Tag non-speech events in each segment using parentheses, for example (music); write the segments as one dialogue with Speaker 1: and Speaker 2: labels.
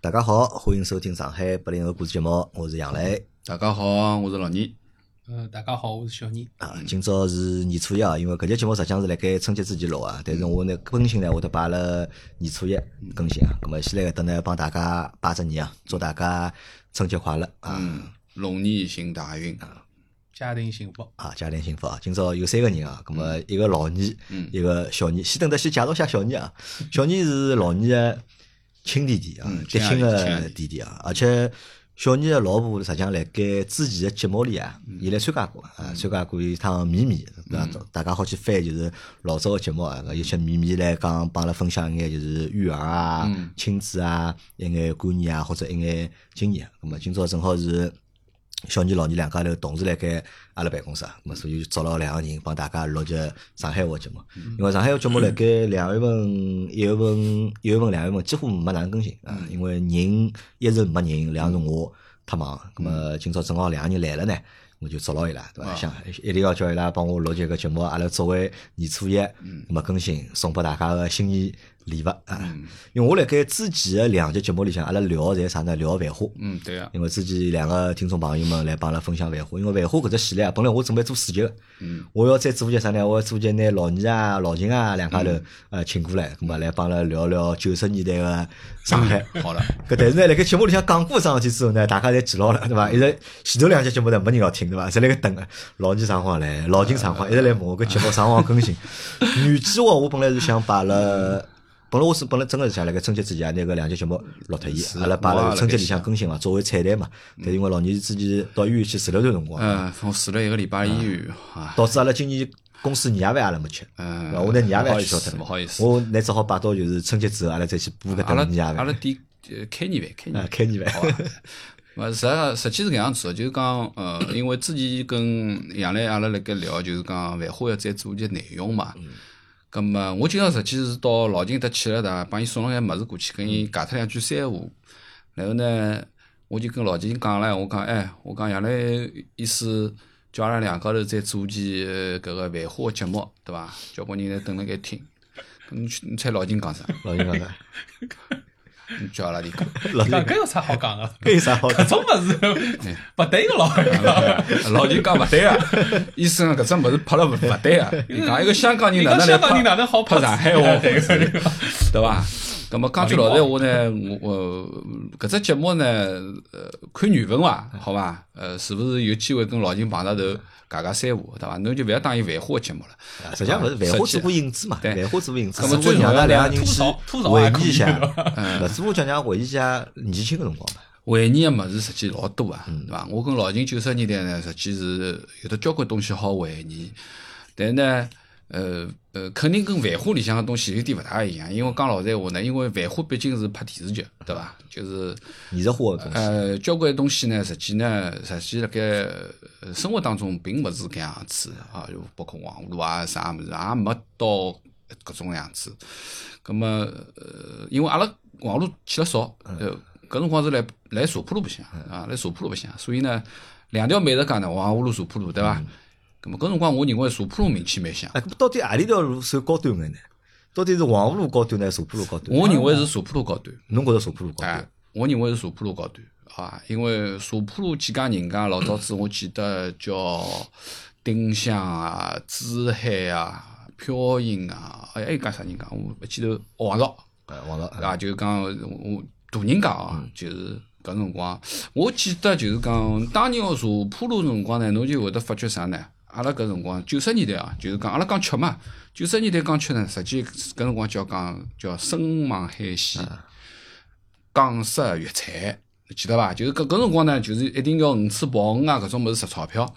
Speaker 1: 大家好，欢迎收听上海八零后故事节目，我是杨磊。
Speaker 2: 大家好，我是老倪。
Speaker 3: 呃，大家好，我是小倪。
Speaker 1: 啊，今朝是年初一啊，因为搿节节目实际上是辣盖春节之前录啊，但是我呢更新呢，我得摆了年初一更新啊。咁么先来搿搭呢，帮大家拜只年啊，祝大家春节快乐啊
Speaker 2: 嗯，龙年行大运，
Speaker 3: 家庭幸福，
Speaker 1: 啊，家庭幸福啊！今朝有三个人啊，咁么一个老倪，
Speaker 2: 嗯
Speaker 1: 一个小倪，先等得先介绍一下小倪啊。小倪是老倪的亲弟弟啊
Speaker 2: 嗯，
Speaker 1: 嫡亲
Speaker 2: 亲阿弟亲阿
Speaker 1: 的
Speaker 2: 弟
Speaker 1: 弟弟啊，而且。小倪的老婆实际上辣盖之前的节目里啊，
Speaker 2: 嗯
Speaker 1: 伊来参加过啊，参加过一趟米米，对伐？大家好去翻就是老早个节目啊，有些米米来讲帮阿拉分享一眼就是育儿啊
Speaker 2: 嗯、
Speaker 1: 亲子啊一眼观念啊，或者一眼经验。咁么今朝正好是小倪、老倪两家头同时辣盖阿拉办公室啊，咁么所以就找了两个人帮大家录节上海话节目。因为上海话节目辣盖两月份、一月份、一月份、两月份几乎没哪能更新啊，因为人一是没人，两是我太忙。咁么今朝正好两个人来了呢，我就找牢伊拉，对伐？
Speaker 2: 啊
Speaker 1: 想一定要叫伊拉帮我录节个节目，阿拉作为年初一咁么更新，送拨大家个新年礼物啊。因为我辣盖之前个两集节目里向，阿拉聊个侪啥呢？聊个繁花。
Speaker 2: 嗯，对啊，
Speaker 1: 因为之前两个听众朋友们来帮阿拉分享《繁花》，因为《繁花》搿只系列啊，本来我准备做四集个，
Speaker 2: 嗯
Speaker 1: 我要再做一集啥呢？我要做一集拿老倪啊、老秦啊两家
Speaker 2: 嗯
Speaker 1: 头呃请过来，咁么来帮阿拉聊聊九十年代个上海。
Speaker 2: (laughs) 好了，
Speaker 1: 搿但是呢，辣盖节目里向讲过桩事体之后呢，大家侪记牢了，对
Speaker 2: 嗯
Speaker 1: 伐？一直前头两集节目呢没人要听，对伐？侪辣盖等老倪啥辰光
Speaker 2: 嗯
Speaker 1: 来，老秦啥辰光一直来问我搿节目啥辰光
Speaker 2: (laughs)
Speaker 1: 更新。原计划我本来是想把阿拉，本来我是本来真个是想辣盖春节之前啊拿搿两集节目录脱伊，阿拉把阿拉春节里向更新嘛，作为彩蛋嘛。但因为老倪之前到医院去住了段辰光，
Speaker 2: 嗯，我住了一个礼拜医院啊，
Speaker 1: 导致阿拉今年公司年夜饭阿拉没吃，
Speaker 2: 嗯
Speaker 1: 对伐我拿年夜
Speaker 2: 不好
Speaker 1: 饭
Speaker 2: 意
Speaker 1: 取消脱
Speaker 2: 思，
Speaker 1: 了，
Speaker 2: 不好意思，
Speaker 1: 我乃只好摆到就是春节之后阿拉再去补搿
Speaker 2: 阿
Speaker 1: 顿
Speaker 2: 拉
Speaker 1: 年夜
Speaker 2: 啊阿拉
Speaker 1: 饭，
Speaker 2: 点呃开年饭，开年
Speaker 1: 啊
Speaker 2: 饭，
Speaker 1: 开年 (laughs) 饭。
Speaker 2: 呃，实际实际是搿样子的，就是讲，呃，因为之前跟杨澜阿拉辣盖聊，就是讲《繁花》要再做一些内容嘛。咁么，我今朝实际是到老金搭去了的，帮伊送了眼物事过去，跟伊尬脱两句三胡。然后呢，我就跟老金讲了，我讲，哎，我讲杨澜意思叫阿拉两家头再做期呃搿个《繁花》节目，对伐？交关人侪等辣盖听。你去你猜老金讲啥？
Speaker 1: 老秦讲啥？
Speaker 2: (laughs) 你叫阿拉里讲。
Speaker 1: 老秦
Speaker 3: 搿搿有啥好
Speaker 2: (laughs)
Speaker 3: 讲的？
Speaker 1: 搿有啥好讲？
Speaker 3: 搿种物
Speaker 2: 嗯
Speaker 3: 事勿对个老实 (laughs)
Speaker 2: (laughs)
Speaker 3: 讲。
Speaker 2: 老秦讲勿对啊，医生搿只物事拍了勿勿对啊。伊讲一个香港人
Speaker 3: 人
Speaker 2: 哪
Speaker 3: 家
Speaker 2: 能来
Speaker 3: 嗯香港
Speaker 2: 拍
Speaker 3: 人哪能好
Speaker 2: 拍上海话，
Speaker 3: (laughs) 对个对个
Speaker 2: 对伐？葛么讲句老实话呢，我我搿只节目呢，呃，看缘分伐，好伐？呃，是勿是有机会跟老秦碰到头，尬尬三胡，对伐？侬就勿要当伊繁花的节目了。
Speaker 1: 啊实际上勿是繁花只部引子嘛，
Speaker 2: 对
Speaker 1: 繁花只部引子，
Speaker 2: 那么
Speaker 1: 只
Speaker 2: 最
Speaker 1: 不过让
Speaker 2: 重要
Speaker 1: 咱
Speaker 2: 的
Speaker 1: 两个人
Speaker 3: 吐
Speaker 1: 去
Speaker 3: 槽吐槽
Speaker 1: 回
Speaker 3: 也可
Speaker 1: 忆
Speaker 3: 以
Speaker 1: 一下
Speaker 3: 的，
Speaker 2: 嗯
Speaker 1: 勿只不过讲讲回忆一下年轻个辰光嘛。
Speaker 2: 回忆的物事实际老多啊，对伐？我跟老秦九十年代呢，实际是有得交关东西好回忆，但呢，呃呃，肯定跟繁花里向的东西有点勿大一样，因为讲老实闲话呢，因为繁花毕竟是拍电视剧，对伐？就是
Speaker 1: 艺术化个东西，
Speaker 2: 呃，交关东西呢，实际呢，实际辣盖呃生活当中并勿是搿样子啊，就包括网络啊啥物事，也没到搿种样子。葛么，呃，因为阿拉网络去了少，呃，搿辰光是来来茶浦路白相啊，来茶浦路白相，所以呢，两条美食街呢，黄河路、茶浦路，对伐？葛么搿辰光我认为茶浦路名气蛮响，
Speaker 1: 哎，搿到底何里条路算高端眼呢？到底是黄河路高端呢，茶浦路高端？
Speaker 2: 我认为是茶浦路高端。
Speaker 1: 侬觉着茶浦路高
Speaker 2: 哎
Speaker 1: 端？，
Speaker 2: 我认为是茶浦路高端啊，因为茶浦路几家人家老早子我记得叫丁香啊、珠海啊、飘逸啊，哎还有家啥人家我勿记得，哦王朝
Speaker 1: 哎，黄了，
Speaker 2: 啊，就是讲我大人家啊，就是。搿辰光，我记得就是讲，当年个茶浦路辰光呢，侬就会得发觉啥呢？阿拉搿辰光九十年代啊，就是讲阿拉讲吃嘛，九十年代讲吃呢，实际搿辰光叫讲叫生猛海鲜，港式粤菜，侬记得伐？就是搿搿辰光呢，就是一定要鱼翅鲍鱼啊搿种物事值钞票。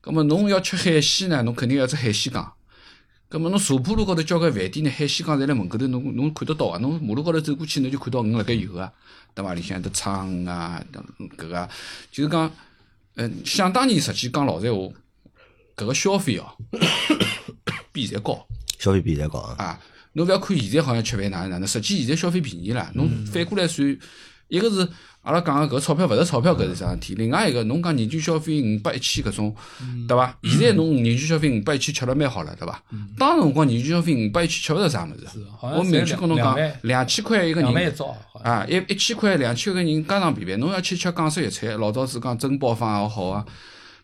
Speaker 2: 葛么侬要吃海鲜呢，侬肯定要只海鲜缸。葛么侬茶浦路高头交关饭店呢，海鲜缸侪辣门口头，侬侬看得到啊？侬马路高头走过去，侬就看到鱼辣盖游啊，对伐？里向有得鲳鱼啊，搿个啊就是讲，嗯、想当年实际讲老实闲话，搿个消费哦， (coughs) 比现在高。
Speaker 1: 消费比现在高啊。
Speaker 3: 嗯
Speaker 2: 啊，侬勿要看现在好像吃饭哪能哪能，实际现在消费便宜了，侬反过来算，一一个是阿拉讲个搿钞票勿值钞票搿是啥事
Speaker 3: 嗯
Speaker 2: 体，另外一个侬讲年均消费五百一千搿种，对伐？现在侬年均消费五百一千吃了蛮好了，对伐？当时辰光年均消费五百一千吃勿着啥物事
Speaker 3: 好，像
Speaker 2: 我
Speaker 3: 嗯是
Speaker 2: 明确跟侬讲
Speaker 3: 两万，
Speaker 2: 两千块一个
Speaker 3: 两万一
Speaker 2: 人。
Speaker 3: 招，好像
Speaker 2: 啊，一一千块、两千块个人家常便饭，侬要去吃港式粤菜，老早子讲珍宝坊也好啊，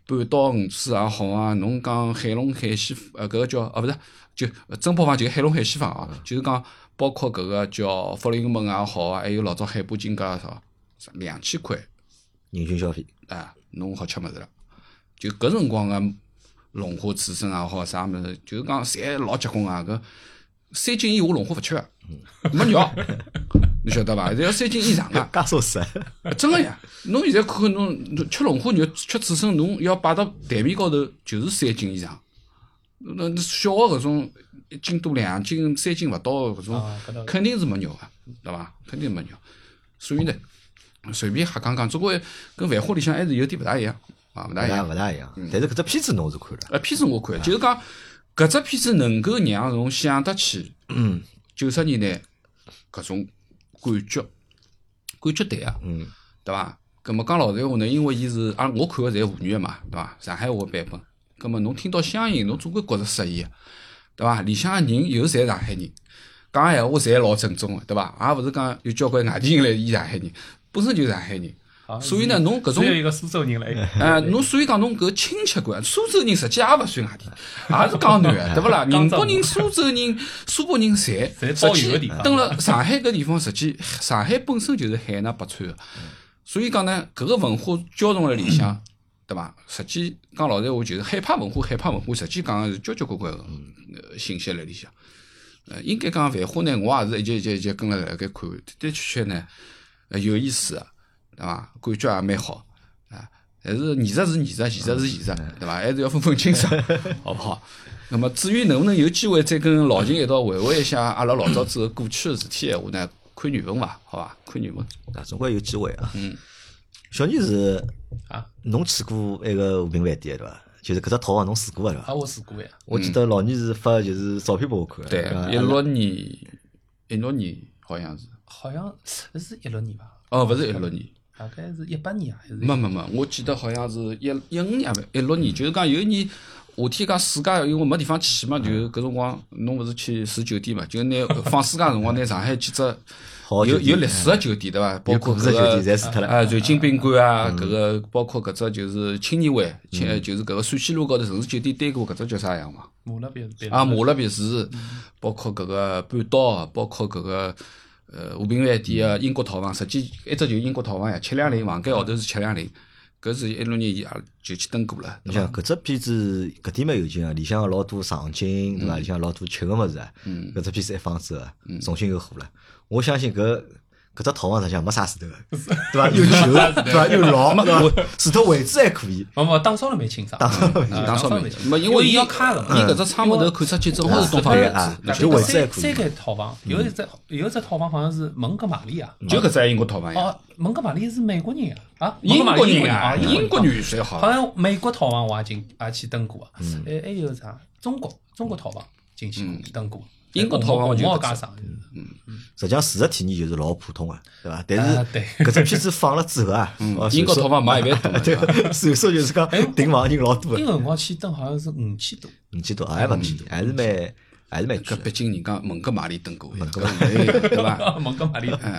Speaker 2: 半岛鱼翅也好啊，侬讲海龙海鲜，呃，搿个叫啊，勿是，就呃珍宝坊就是海龙海鲜坊啊，就是讲包括搿个叫福临门也好啊，还有老早海波金家也好，两千块
Speaker 1: 人均消费，
Speaker 2: 啊，侬好吃物事了。就搿辰光个龙虾刺身也好，啥物事，就是讲侪老结棍啊。搿三斤以下龙虾勿吃个，没肉， (laughs) 你晓得伐？侪要三斤以上个。
Speaker 1: 介奢侈啊，
Speaker 2: 真个呀！侬现在看看侬侬吃龙虾肉、吃刺身，侬要摆到台面高头，就是三斤以上。那那小个搿种一斤多两斤、三斤勿到的搿
Speaker 3: 啊搿
Speaker 2: 种，
Speaker 3: 倒是
Speaker 2: 肯定是没肉个，对伐？肯定没肉。所以呢，随便瞎讲讲，只不过跟《繁花》里向还是有点勿大一样啊，勿
Speaker 1: 勿
Speaker 2: 大一
Speaker 1: 大
Speaker 2: 样。
Speaker 1: 勿大一样。但是搿只片子侬是看了，
Speaker 2: 呃，片子我看，就是讲搿只片子能够让侬想得起，
Speaker 1: 嗯，
Speaker 2: 九十年代搿种感觉，感觉对啊，
Speaker 1: 嗯，
Speaker 2: 对伐？葛么讲老实闲话呢，因为伊是啊，我看个侪沪语个嘛，对伐？上海话版本，葛么侬听到乡音，侬总归觉着适意个，对伐？里向个人又侪上海人，讲闲话侪老正宗个，对伐？也勿是讲有交关外地人来演上海人，本身就是上海人，
Speaker 3: 好像
Speaker 2: 所以呢，侬搿种
Speaker 3: 只有一个苏州人来，
Speaker 2: 哎，侬所以讲侬搿亲切感，苏州人实际也勿算外地，也是江南
Speaker 3: (laughs)
Speaker 2: 个，对勿啦？宁波人、苏州人、苏北人侪
Speaker 3: 侪
Speaker 2: 实
Speaker 3: 包邮
Speaker 2: 际
Speaker 3: 的地方
Speaker 2: 登了上海搿地方，实际上海本身就是海纳百川个，所以讲呢，搿个文化交融辣里向，对伐？实际讲老实闲话，就是海派文化，海派文化实际讲的是交交关关个呃信息辣里向。呃，应该讲《繁花》呢，我也是一集一集一集跟了辣盖看，的的确确呢，呃有意思个，对伐？感觉也蛮好啊。但是现实是现实，现实是现实，对伐？还是要分分清 (laughs) 爽，好不好？那么至于能不能有机会再跟老秦一道回味一下阿拉老早子过去个事体闲话呢？看缘分伐，好伐？看缘分。
Speaker 1: 啊，总归有机会啊。
Speaker 2: 嗯，
Speaker 1: 小尼是
Speaker 3: 啊，
Speaker 1: 侬去过埃个和平饭店对伐？就是搿只套房侬住过个对伐
Speaker 3: 啊，？我试过呀，
Speaker 1: 我记得老倪是发就是照片拨我看的，
Speaker 2: 对
Speaker 1: 伐，
Speaker 2: 一六年，一六年好像是，
Speaker 3: 好像是一六年吧，
Speaker 2: 哦，勿是一六年，
Speaker 3: 大概是一八年啊，还是
Speaker 2: 没没没，我记得好像是一一五年吧，一六年，就是讲有一年夏天讲暑假，因为没地方去嘛，就搿辰光侬勿是去住酒店嘛，就
Speaker 1: (laughs)
Speaker 2: 拿放暑假的辰光拿上海几只
Speaker 1: 好
Speaker 2: 有
Speaker 1: 酒店哎
Speaker 2: 有历史个酒店对伐？包
Speaker 1: 有
Speaker 2: 括
Speaker 1: 故
Speaker 2: 搿
Speaker 1: 事的酒店
Speaker 2: 个
Speaker 1: 侪住脱了。嗯
Speaker 2: 啊，瑞金宾馆啊，搿个包括搿只就是青年湾，青就是搿个陕西路高头城市酒店对过搿只叫啥样嘛？
Speaker 3: 马勒别别
Speaker 2: 啊，马勒别墅，包括搿个半岛，啊包括搿个呃和平饭店个英国套房，实际一直就是英国套房呀，七两零房间号头是七两零，搿是一六年伊也就去登过了，
Speaker 1: 你
Speaker 2: 对伐？
Speaker 1: 想搿只片子搿点蛮有劲啊，里向老多场景对伐？里向老多吃个物事啊，搿只片子一放之后啊，重新又火了。我相信搿搿只套房实际上没啥事头的，对伐？又旧对伐？又老对伐？除脱位置还可以，
Speaker 3: 没没啊打扫了蛮清爽，打扫
Speaker 2: 嗯当烧
Speaker 3: 扫了
Speaker 2: 煤
Speaker 3: 蛮清，
Speaker 2: 没
Speaker 3: 爽，
Speaker 2: 因为伊
Speaker 3: 伊要卡的嘛，嗯
Speaker 2: 伊搿只窗户头看出去正好是东方
Speaker 3: 因
Speaker 2: 月
Speaker 3: 为
Speaker 1: 啊
Speaker 2: 子，
Speaker 3: 大概
Speaker 1: 就位
Speaker 3: 有
Speaker 1: 置也
Speaker 3: 三
Speaker 1: 可以
Speaker 3: 三间套房，有
Speaker 2: 嗯
Speaker 3: 一只有一只套房好像是蒙哥马利啊，
Speaker 2: 就搿只英国套房呀，
Speaker 3: 哦，蒙哥马利是美国人啊，啊，蒙
Speaker 2: 英
Speaker 3: 哥马
Speaker 2: 国
Speaker 3: 利
Speaker 2: 人啊，英国
Speaker 3: 人
Speaker 2: 女婿
Speaker 3: 啊，
Speaker 2: 好嗯
Speaker 3: 好
Speaker 2: 像，
Speaker 3: 像美国套房我也进也去登过啊，还还有啥中国中国套房进去过登过，
Speaker 2: 嗯英国套房我
Speaker 3: 我
Speaker 2: 就
Speaker 3: 没
Speaker 2: 不知
Speaker 3: 加上，嗯
Speaker 1: 实际上视觉体验就是老普通个，对伐？
Speaker 3: 啊
Speaker 1: 但
Speaker 3: 对
Speaker 1: 是搿只片子放了之后
Speaker 2: (laughs)
Speaker 1: 啊，哦
Speaker 2: 嗯英国
Speaker 1: 传
Speaker 2: 套
Speaker 1: 说
Speaker 2: 房买一万多嘛，对
Speaker 1: (laughs) 对
Speaker 2: 伐？，
Speaker 1: 传说就是讲订房人老多
Speaker 3: 那
Speaker 1: 个，
Speaker 3: 个辰光去登好像是五千多，
Speaker 1: 五千多也勿便宜，还是蛮还是蛮
Speaker 2: 嗯搿
Speaker 1: 贵的。
Speaker 2: 毕竟人家蒙哥马利登过呀，搿是对
Speaker 3: (laughs)
Speaker 2: 伐？
Speaker 3: 蒙哥马利
Speaker 2: 嗯，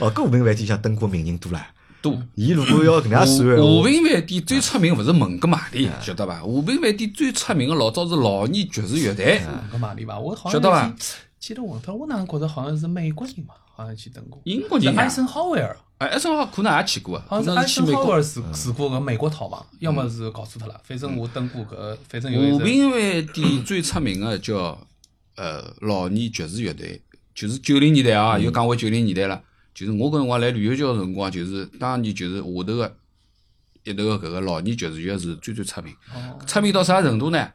Speaker 1: 哦，搿和平饭店想登过名人多了。
Speaker 2: 多。
Speaker 1: 伊如果要搿能
Speaker 2: 和
Speaker 1: 样算的
Speaker 2: 和
Speaker 1: 话，
Speaker 2: 平饭店最出名勿是蒙哥马利，晓得伐？和平饭店最出名个老早是老年爵士乐团，
Speaker 3: 蒙哥马利吧，我好像
Speaker 2: 晓得伐
Speaker 3: 是记得混脱，我哪能觉得好像是美国人嘛，好像去登过，
Speaker 2: 英国
Speaker 3: 是
Speaker 2: 人
Speaker 3: 艾
Speaker 2: 啊，
Speaker 3: 森豪威尔。
Speaker 2: 哎，艾森豪可能也去过啊，
Speaker 3: 好
Speaker 2: 可
Speaker 3: 像
Speaker 2: 能
Speaker 3: 是
Speaker 2: 是
Speaker 3: 艾
Speaker 2: 去
Speaker 3: 森
Speaker 2: 美
Speaker 3: 豪
Speaker 2: 国。嗯
Speaker 3: 威住住过个美国套房，要么是搞错脱了。反正我登呃过搿，反正有一
Speaker 2: 和
Speaker 3: 只
Speaker 2: 平饭店最出名个叫呃老年爵士乐队，就是九零年代啊，又讲回九零年代了，就是我搿辰光来旅游局个辰光，就是当年就是下头个一头个搿个老年爵士乐是最最出名。
Speaker 3: 哦
Speaker 2: 出名到啥程度呢？